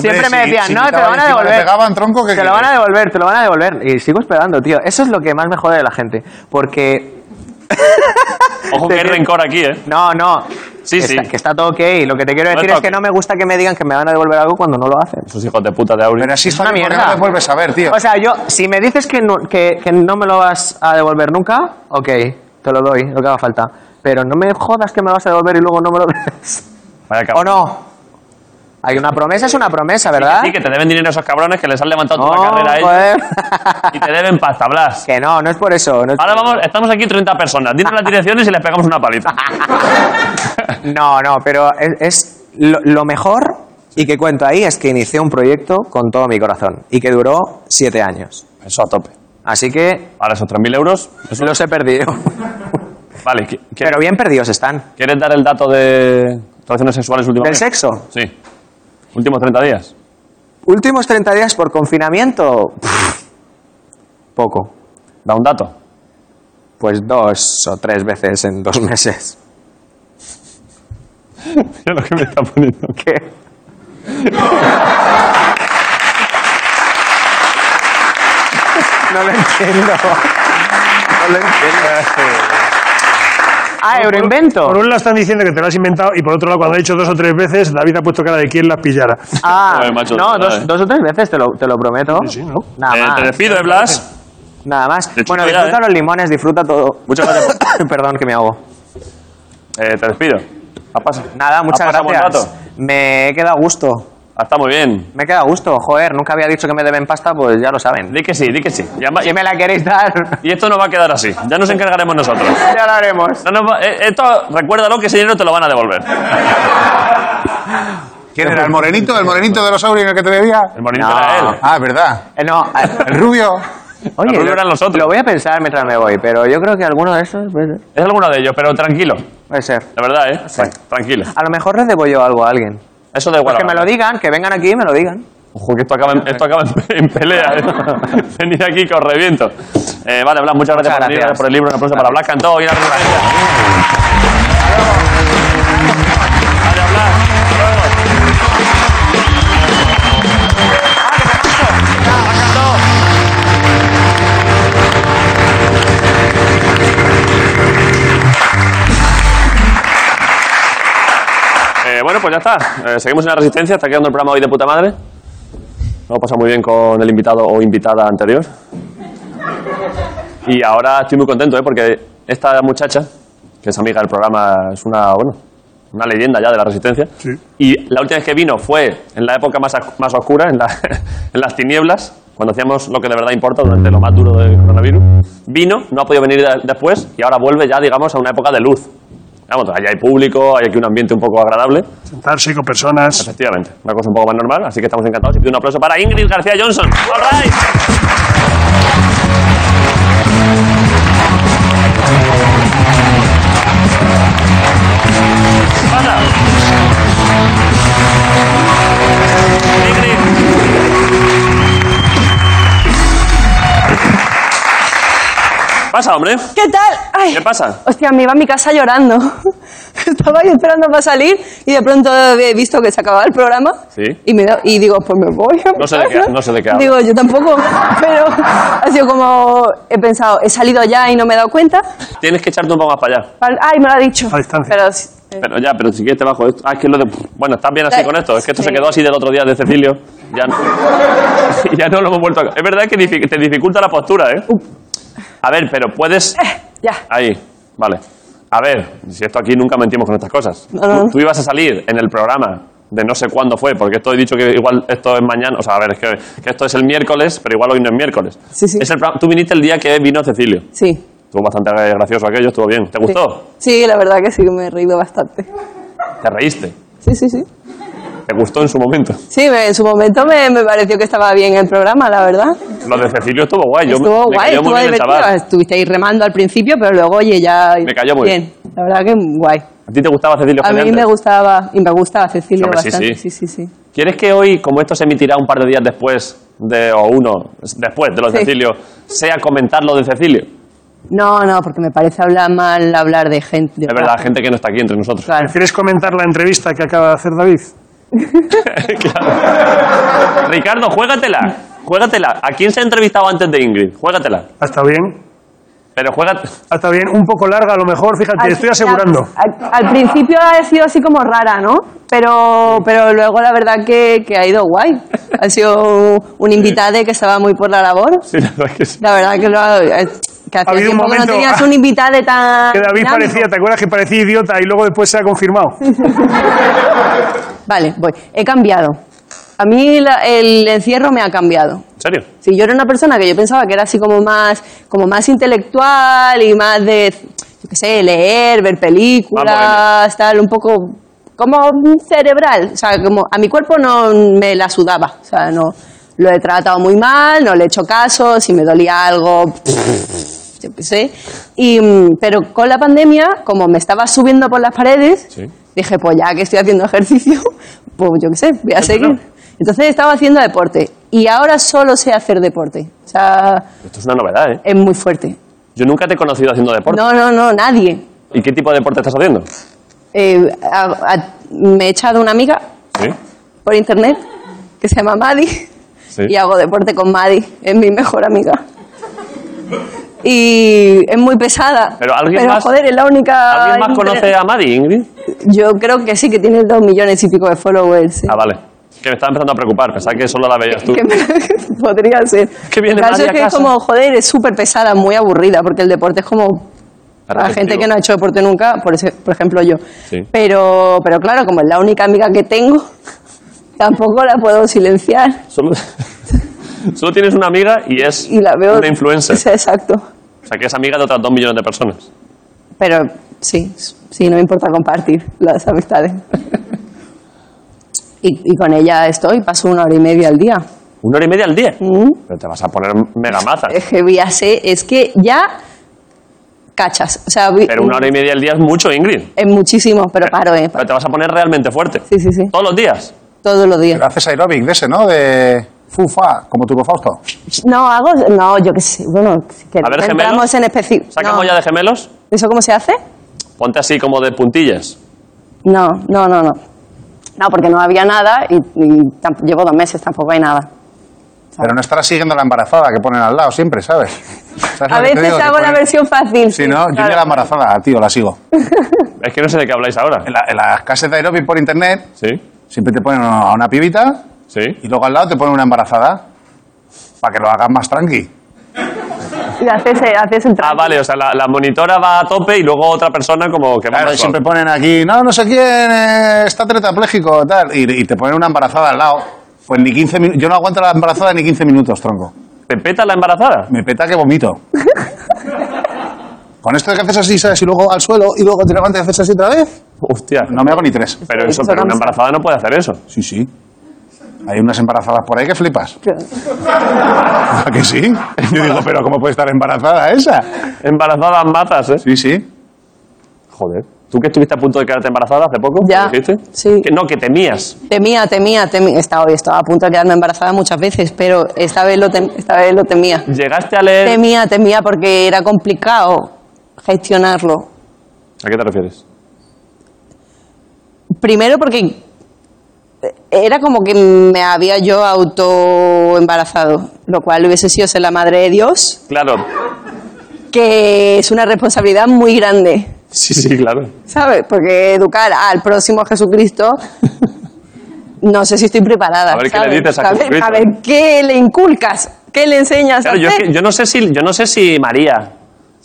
S7: siempre me
S3: si-
S7: decían,
S3: si
S7: no, te lo
S3: quitaban
S7: van a
S3: encima,
S7: devolver.
S3: le pegaban tronco, ¿qué
S7: Te lo van a
S3: quieres?
S7: devolver, te lo van a devolver. Y sigo esperando, tío. Eso es lo que más me jode de la gente. Porque.
S1: Ojo que hay
S7: Tenía-
S1: rencor aquí, ¿eh?
S7: No, no.
S1: Sí,
S7: que
S1: sí.
S7: Está, que está todo ok. Lo que te quiero
S1: No
S7: decir
S1: está
S7: es que
S1: ok.
S7: no me gusta que me digan que me van a devolver algo cuando no lo hacen.
S1: Esos hijos de puta de Auri.
S3: Pero así
S7: Es
S3: está
S7: una
S3: bien, porque
S7: mierda.
S3: no te vuelves a ver, tío.
S7: O sea, yo, si me dices que no, que, que no me lo vas a devolver nunca, ok, te lo doy, lo que haga falta. Pero no me jodas que me lo vas a devolver y luego no me lo des.
S1: Vaya cabrón.
S7: ¿O no? Hay una promesa, es una promesa,
S1: Sí,
S7: ¿verdad?
S1: que sí, que te deben dinero esos cabrones que les han levantado
S7: no,
S1: toda la carrera a ellos
S7: joder.
S1: y te deben pasta, Blas.
S7: que no, no es por eso. No, es-
S1: Ahora vamos, estamos aquí 30 personas. Dinos las direcciones y les pegamos una paliza. Ah.
S7: no, no, pero es, es lo, lo mejor y que cuento ahí es que inicié un proyecto con todo mi corazón y que duró siete años.
S1: Eso a tope.
S7: Así que
S1: Ahora esos 3.000 euros. eso-
S7: los he perdido.
S1: Vale, ¿qui- qui-
S7: pero bien perdidos están.
S1: ¿quieres dar el dato de relaciones sexuales
S7: ¿Del
S1: últimamente?
S7: sexo?
S1: Sí. Últimos 30 días.
S7: Últimos 30 días por confinamiento. pff, Poco.
S1: Da un dato.
S7: Pues dos o tres veces en dos meses.
S1: Mira lo que me está poniendo.
S7: ¿Qué? No lo entiendo. No lo entiendo. Ah, Euroinvento.
S2: Por un lado están diciendo que te lo has inventado y por otro lado, cuando he dicho dos o tres veces, David ha puesto cara de quién las pillara.
S7: Ah,
S1: Joder, macho, nada,
S7: no,
S1: eh.
S7: dos, dos o tres veces, te lo, te lo prometo.
S2: Sí, ¿no?
S7: Nada
S1: Eh, te
S7: más.
S1: despido, ¿eh,
S7: ah,
S1: Blas?
S7: Nada más.
S1: De hecho,
S7: Bueno,
S1: mira,
S7: disfruta
S1: eh.
S7: los limones, disfruta todo.
S1: Muchas gracias.
S7: Perdón que me ahogo.
S1: Eh, te despido. Ah, Ha pasado.
S7: ah. Nada, muchas
S1: pasado buen
S7: gracias.
S1: rato.
S7: Me he quedado a gusto.
S1: Ah, Está muy bien.
S7: Me he quedado a gusto, joder, nunca había dicho que me deben pasta, pues ya lo saben.
S1: Di que sí, di que sí. Y además-
S7: Si me la queréis dar,
S1: y esto no va a quedar así. Ya nos encargaremos nosotros.
S7: ya lo haremos.
S1: No, no, eh, esto, recuérdalo que ese dinero te lo van a devolver.
S3: ¿Quién era el morenito? ¿El morenito de los Auri en el que te debía?
S1: El morenito
S7: No.
S1: era él.
S3: Ah, es verdad.
S7: Eh, No, eh,
S3: El rubio.
S7: oye,
S1: Los eran los otros.
S7: lo voy a pensar mientras me voy, pero yo creo que alguno de esos puede ser.
S1: Es alguno de ellos, pero tranquilo.
S7: Puede ser.
S1: La verdad, ¿eh? Tranquilo.
S7: A lo mejor les debo yo algo a alguien.
S1: Eso da igual.
S7: Pues que me lo digan, que vengan aquí y me lo digan.
S1: Ojo, que esto acaba en, esto acaba en- en pelea. ¿eh? Venid aquí que os reviento. Eh, vale, Blas, muchas gracias,
S7: Muchas
S1: por venir,
S7: gracias.
S1: gracias por el libro. Un aplauso para Blas Cantó y la resistencia. Vale, Blas. Hasta luego. Blas Cantó. Eh, bueno, pues ya está. Eh, seguimos en la resistencia. Está quedando el programa hoy de puta madre. Lo he pasado muy bien con el invitado o invitada anterior. Y ahora estoy muy contento, ¿eh? porque esta muchacha, que es amiga del programa, es una, bueno, una leyenda ya de la resistencia. Y la última vez que vino fue en la época más, ac- más oscura, en, la- en las tinieblas, cuando hacíamos lo que de verdad importa durante lo más duro del coronavirus. Vino, no ha podido venir de- después y ahora vuelve ya, digamos, a una época de luz. Vamos, allá hay público, hay aquí un ambiente un poco agradable.
S2: Sentarse con personas.
S1: Efectivamente, una cosa un poco más normal, así que estamos encantados. Y pido un aplauso para Ingrid García Johnson. All right. Pasa. Ingrid. Pasa, hombre.
S8: ¿Qué tal? Ay.
S1: ¿Qué pasa?
S8: Hostia, me iba a mi casa llorando. Estaba yo esperando para salir y de pronto he visto que se acababa el programa.
S1: Sí.
S8: Y, me da- y digo, pues me voy. a mi
S1: No sé de qué-
S8: casa.
S1: no sé de qué hablas.
S8: Digo, yo tampoco. Pero ha sido como. He pensado, he salido ya y no me he dado cuenta.
S1: Tienes que echarte un poco más para allá.
S8: Pal- Ay, me lo ha dicho.
S2: A distancia.
S8: Pero sí, eh,
S1: Pero ya, pero si quieres te bajo esto. Ah, es que lo de... Bueno, estás bien así con esto. Es que esto se quedó así del otro día de Cecilio. Ya no, ya no lo hemos vuelto a... Es verdad que dific- te dificulta la postura, ¿eh? A ver, pero puedes...
S8: eh, ya.
S1: Ahí, vale. A ver, si esto aquí nunca mentimos con estas cosas.
S8: No, no, no.
S1: Tú, tú ibas a salir en el programa de no sé cuándo fue, porque esto he dicho que igual esto es mañana, o sea, a ver, es que, que esto es el miércoles, pero igual hoy no es miércoles.
S8: Sí, sí.
S1: Es el programa- tú viniste el día que vino Cecilio.
S8: Sí.
S1: Estuvo bastante gracioso aquello, estuvo bien. ¿Te
S8: sí.
S1: gustó?
S8: Sí, la verdad que sí, me he reído bastante.
S1: ¿Te reíste?
S8: Sí, sí, sí.
S1: ¿Te gustó en su momento?
S8: Sí, me- en su momento me, me pareció que estaba bien el programa, la verdad.
S1: Lo de Cecilio estuvo guay. yo me-
S8: estuvo
S1: me
S8: guay,
S1: cayó muy
S8: estuvo
S1: bien el
S8: divertido.
S1: chaval.
S8: Estuviste ahí remando al principio, pero luego, oye, ya.
S1: Me cayó muy
S8: La verdad que guay.
S1: ¿A ti te gustaba Cecilio
S8: A mí
S1: Fernández?
S8: me gustaba, y me gustaba Cecilia
S1: Hombre, sí,
S8: bastante.
S1: sí.
S8: Sí, sí, sí.
S1: ¿Quieres que hoy, como esto se emitirá un par de días después, de, o uno después de lo de
S8: Sí.
S1: Cecilio, sea comentar lo de Cecilio?
S8: No, no, porque me parece hablar mal hablar de gente. de
S1: Es verdad, gente que no está aquí entre nosotros.
S8: Claro.
S2: ¿Prefieres comentar la entrevista que acaba de hacer David?
S1: Claro. Ricardo, juégatela. Juégatela. ¿A quién se ha entrevistado antes de Ingrid? Juégatela.
S2: ¿Ha estado bien?
S1: Pero juégatela.
S2: ¿Ha estado bien? Un poco larga a lo mejor, fíjate,
S8: Al-
S2: estoy asegurando.
S8: Al, al principio ha sido así como rara, ¿no? Pero, pero luego la verdad que, que ha ido guay. Ha sido un invitado que estaba muy por la labor.
S1: Sí, la verdad que sí.
S8: La verdad que lo ha, eh, que hacía
S2: habido un
S8: tiempo que no
S2: momento-
S8: tenías un invitado tan
S2: Que David
S8: dinámico.
S2: parecía, ¿te acuerdas que parecía idiota y luego después se ha confirmado?
S8: Vale, voy. He cambiado. A mí la- el encierro me ha cambiado.
S1: ¿En serio?
S8: Si yo era una persona que yo pensaba que era así como más, como más intelectual y más de, yo qué sé, leer, ver películas, tal, un poco como cerebral. O sea, como a mi cuerpo no me la sudaba. O sea, no lo he tratado muy mal, no le he hecho caso, si me dolía algo, yo qué sé. Y, mm, pero con la pandemia, como me estaba subiendo por las paredes,
S1: Sí.
S8: dije, pues ya que estoy haciendo ejercicio, pues yo qué sé, voy a seguir. Entonces estaba haciendo deporte y ahora solo sé hacer deporte. O sea,
S1: Esto es una novedad, ¿eh?
S8: es muy fuerte.
S1: Yo nunca te he conocido haciendo deporte.
S8: No, no, no, nadie.
S1: ¿Y qué tipo de deporte estás haciendo?
S8: Eh, a- a- me he echado una amiga
S1: Sí.
S8: por internet que se llama Madi
S1: Sí.
S8: y hago deporte con Madi, es mi mejor amiga. Y es muy pesada.
S1: Pero alguien más-
S8: joder, es la única.
S1: ¿Alguien más
S8: en internet.
S1: conoce a Madi, Ingrid?
S8: Yo creo que sí, que tiene dos millones y pico de followers. sí.
S1: Ah, vale. Que me estaba empezando a preocupar. Pensaba que solo la veías tú.
S8: Que me- podría ser.
S1: Que viene
S8: El caso
S1: María
S8: es que es
S1: Casas.
S8: como, joder, es súper pesada, muy aburrida, porque el deporte es como para la
S1: Repetitivo.
S8: gente que no ha hecho deporte nunca, por, ese- por ejemplo yo.
S1: Sí.
S8: Pero, pero claro, como es la única amiga que tengo, tampoco la puedo silenciar
S1: Solo, solo tienes una amiga y es
S8: y la veo...
S1: una influencer.
S8: Sí, Exacto.
S1: O sea, que es amiga de otras dos millones de personas.
S8: Pero sí, sí, no me importa compartir las amistades. Y, y con ella estoy, paso una hora y media al día.
S1: Una hora y media al día.
S8: Mm.
S1: Pero te vas a poner mega maza.
S8: Es que voy a ser- es que ya cachas. O sea, vi-
S1: Pero una hora y media al día es mucho, Ingrid.
S8: es muchísimo, pero paro, ¿eh?
S1: Pero te vas a poner realmente fuerte.
S8: Sí, sí, sí.
S1: Todos los días.
S8: Todos los días.
S3: Pero haces aeróbic de ese, ¿no? De fufa, como Turbo Fausto.
S8: No, hago. No, yo qué sé. Bueno, que
S1: A ver,
S8: no
S1: gemelos.
S8: entramos en específico.
S1: Sacamos ya de gemelos.
S8: ¿Eso cómo se hace?
S1: Ponte así como de puntillas.
S8: No, no, no, no. No, porque no había nada y, y tamp- llevo dos meses, tampoco hay nada.
S3: Pero no estarás siguiendo la embarazada que ponen al lado siempre, ¿sabes? ¿Sabes
S8: A
S3: lo que te
S8: veces
S3: digo? Que
S8: hago la
S3: ponen-
S8: versión fácil.
S3: Sí, ¿no? Yo
S8: claro.
S3: ni a la embarazada, tío, la sigo.
S1: Es que no sé de qué habláis ahora.
S3: En, la- en las clases de aeróbic por internet
S1: Sí,
S3: siempre te ponen a una pibita
S1: sí.
S3: y luego al lado te ponen una embarazada para que lo hagas más tranqui.
S8: Y haces, haces el
S1: Ah,
S8: trabajo.
S1: vale, o sea, la, la monitora va a tope y luego otra persona como que va
S3: Claro,
S1: más
S3: y siempre
S1: suave.
S3: ponen aquí, no, no sé quién, eh, está tetrapléjico, tal, y, y te ponen una embarazada al lado. Pues ni 15 minutos, yo no aguanto la embarazada ni 15 minutos, tronco.
S1: ¿Te peta la embarazada?
S3: Me peta que vomito. Con esto de que haces así, ¿sabes? Y luego al suelo, y luego te levantas y haces así otra vez.
S1: Hostia.
S3: No me hago ni tres.
S1: Pero eso,
S8: Eso
S1: pero una
S8: cansa.
S1: embarazada no puede hacer eso.
S3: Sí, sí. Hay unas embarazadas por ahí que flipas. ¿A que sí? Yo digo, pero ¿cómo puede estar embarazada esa?
S1: Embarazadas mazas, ¿eh?
S3: Sí, sí.
S1: Joder. ¿Tú que estuviste a punto de quedarte embarazada hace poco?
S8: Ya.
S1: ¿Me dijiste?
S8: Sí.
S1: Que, no, que temías.
S8: Temía, temía, temía. Estaba, estaba a punto de quedarme embarazada muchas veces, pero esta vez lo, tem- esta vez lo temía.
S1: ¿Llegaste a leer...?
S8: Temía, temía porque era complicado gestionarlo.
S1: ¿A qué te refieres?
S8: Primero porque eh, era como que me había yo autoembarazado, lo cual hubiese sido ser la madre de Dios,
S1: Claro.
S8: que es una responsabilidad muy grande,
S1: Sí, sí, claro.
S8: ¿sabes? Porque educar al próximo Jesucristo, no sé si estoy preparada.
S1: A ver qué le
S8: ¿sabes?
S1: dices a
S8: ver-
S1: Jesucristo.
S8: a ver, ¿qué le inculcas? ¿Qué le enseñas
S1: Claro,
S8: a
S1: yo, es
S8: hacer?
S1: que- yo no sé si yo no sé si María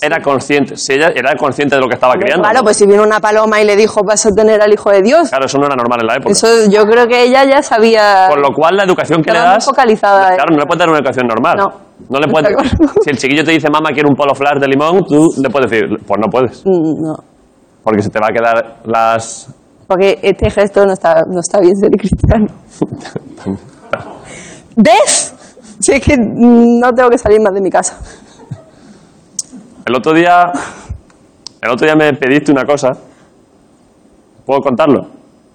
S1: era consciente, si ella era consciente de lo que estaba criando.
S8: Claro,
S1: ¿no?
S8: pues si vino una paloma y le dijo, vas a tener al hijo de Dios,
S1: Claro, eso no era normal en la época.
S8: eso yo creo que ella ya sabía...
S1: Con lo cual, la educación que le
S8: Estaba muy
S1: das.
S8: focalizada, eh.
S1: Claro, no le puedes dar una educación normal.
S8: No.
S1: No le puedes.
S8: Estoy de acuerdo.
S1: Si el chiquillo te dice, mamá, quiero un polo flash de limón, tú le puedes decir, pues no puedes.
S8: Mm, No,
S1: Porque se te va a quedar las.
S8: porque este gesto no está, no está bien ser cristiano. ¿Ves? Si es que mm, no tengo que salir más de mi casa.
S1: El otro día. El otro día me pediste una cosa. ¿Puedo contarlo?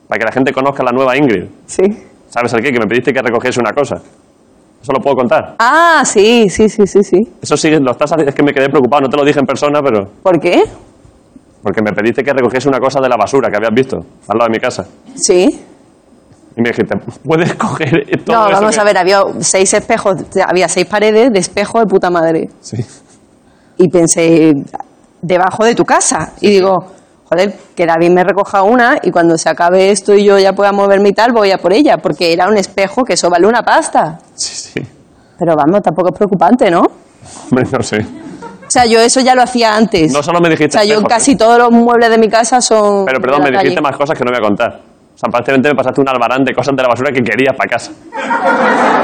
S1: Para que la gente conozca la nueva Ingrid.
S8: Sí.
S1: ¿Sabes el qué? Que me pediste que recogiese una cosa. Eso lo puedo contar.
S8: Ah, sí, sí, sí, sí, sí.
S1: Eso sí, lo estás haciendo. Es que me quedé preocupado, no te lo dije en persona, pero.
S8: ¿Por qué?
S1: Porque me pediste que recogiese una cosa de la basura que habías visto, al lado de mi casa.
S8: Sí.
S1: Y me dijiste, ¿puedes coger todo
S8: no,
S1: eso
S8: vamos
S1: que-
S8: a ver, había seis espejos, había seis paredes de espejo de puta madre.
S1: Sí.
S8: Y pensé, debajo de tu casa. y digo, joder, que David me recoja una y cuando se acabe esto y yo ya pueda moverme y tal, voy a por ella, porque era un espejo que eso vale una pasta.
S1: Sí, sí.
S8: Pero vamos, tampoco es preocupante, ¿no? O
S1: Hombre, no sé.
S8: sea, yo eso ya lo hacía antes.
S1: No solo me
S8: o
S1: dijiste...
S8: sea, yo
S1: espejos,
S8: casi todos los muebles de mi casa son.
S1: Pero perdón,
S8: de la
S1: me dijiste
S8: calle.
S1: más cosas que no voy a contar. O sea, prácticamente me pasaste un albarán de cosas de la basura que querías para casa.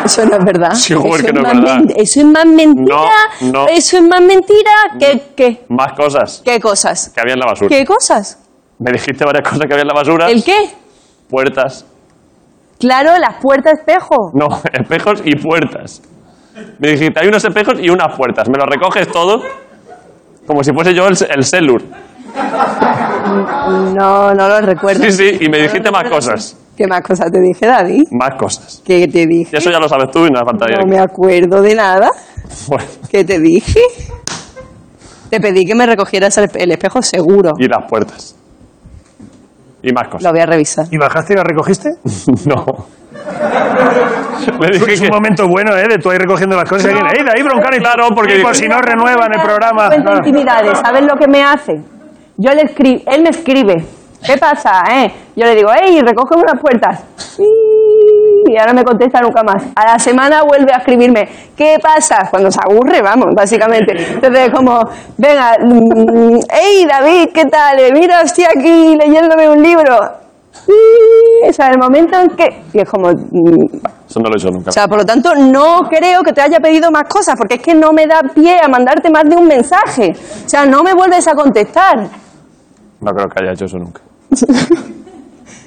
S8: Eso no es verdad.
S1: Sí, joder,
S8: eso,
S1: que no es
S8: más
S1: verdad.
S8: men- eso es más mentira.
S1: No, no.
S8: Eso es más mentira que. ¿Qué?
S1: Más cosas
S8: ¿Qué cosas?
S1: que había en la basura.
S8: ¿Qué cosas?
S1: Me dijiste varias cosas que había en la basura.
S8: ¿El qué?
S1: Puertas.
S8: Claro, las puertas espejo.
S1: No, espejos y puertas. Me dijiste, hay unos espejos y unas puertas. Me lo recoges todo como si fuese yo el, el Selur.
S8: No, no lo recuerdo.
S1: Sí, sí, y me
S8: No lo
S1: dijiste más
S8: recuerdo.
S1: cosas.
S8: ¿Qué más cosas te dije, David?
S1: Más cosas.
S8: ¿Qué te
S1: Y
S8: dije?
S1: eso ya lo sabes tú y no hace falta ir.
S8: No me acuerdo de nada.
S1: Bueno,
S8: ¿Qué te dije? Te pedí que me recogieras el, el espejo seguro.
S1: y las puertas. Y más cosas.
S8: Lo voy a revisar.
S2: ¿Y bajaste y la recogiste?
S1: No. Le dije
S2: Es un
S1: que...
S2: momento bueno, ¿eh? De tú ahí recogiendo las cosas. y alguien, ¡Ey, de ahí, broncano!
S1: Claro, porque-
S2: Sí, por si no renuevan el programa.
S8: Cuento
S2: Ah.
S8: intimidades, ¿sabes lo que me hace? Yo le escribo, él me escribe. ¿Qué pasa, eh? Yo le digo, hey, recoge unas puertas. Y ahora me contesta nunca más. A la semana vuelve a escribirme, ¿qué pasa? Cuando se aburre, vamos, básicamente. Entonces, como, venga, hey, David, ¿qué tal? Eh, Mira, estoy aquí leyéndome un libro. Y, o sea, el momento en que... Y es como, mm,
S1: Eso no lo he hecho nunca.
S8: o sea, por lo tanto, no creo que te haya pedido más cosas, porque es que no me da pie a mandarte más de un mensaje. O sea, no me vuelves a contestar.
S1: No creo que haya hecho eso nunca.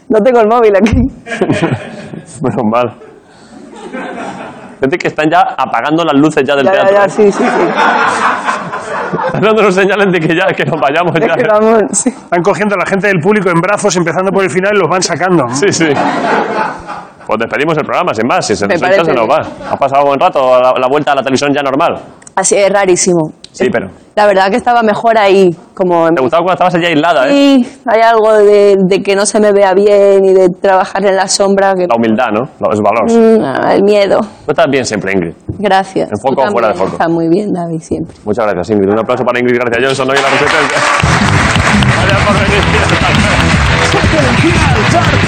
S8: No tengo el móvil aquí.
S1: Menos Pues mal. Gente que están ya apagando las luces ya del
S8: Ya, ya,
S1: teatro.
S8: ya, sí, sí, sí.
S1: Están dándonos señales de que ya que nos vayamos
S8: Es
S1: ya.
S8: que vamos, sí.
S2: Están cogiendo a la gente del público en brazos, empezando por el final, y los van sacando.
S1: Sí, sí. Pues despedimos el programa, sin más. Si se
S8: Me
S1: nos echa, se
S8: parece
S1: nos va. Ha pasado buen rato la, la vuelta a la televisión ya normal.
S8: Así es rarísimo.
S1: Sí, pero.
S8: La verdad que estaba mejor ahí, como en
S1: Te gustaba cuando estabas allá aislada, ¿eh?
S8: Sí, hay algo de, de que no se me vea bien y de trabajar en la sombra, que
S1: La humildad, ¿no? Lo- Es valor.
S8: Mm, ah, el miedo.
S1: Tú estás bien siempre, Ingrid.
S8: Gracias.
S1: ¿En foco
S8: Tú
S1: o fuera de
S8: también.
S1: foco?
S8: Está muy bien, David, siempre.
S1: Muchas gracias, Ingrid. Un aplauso para Ingrid García Johnson, hoy en la resistencia. Gracias por venir. Hasta luego.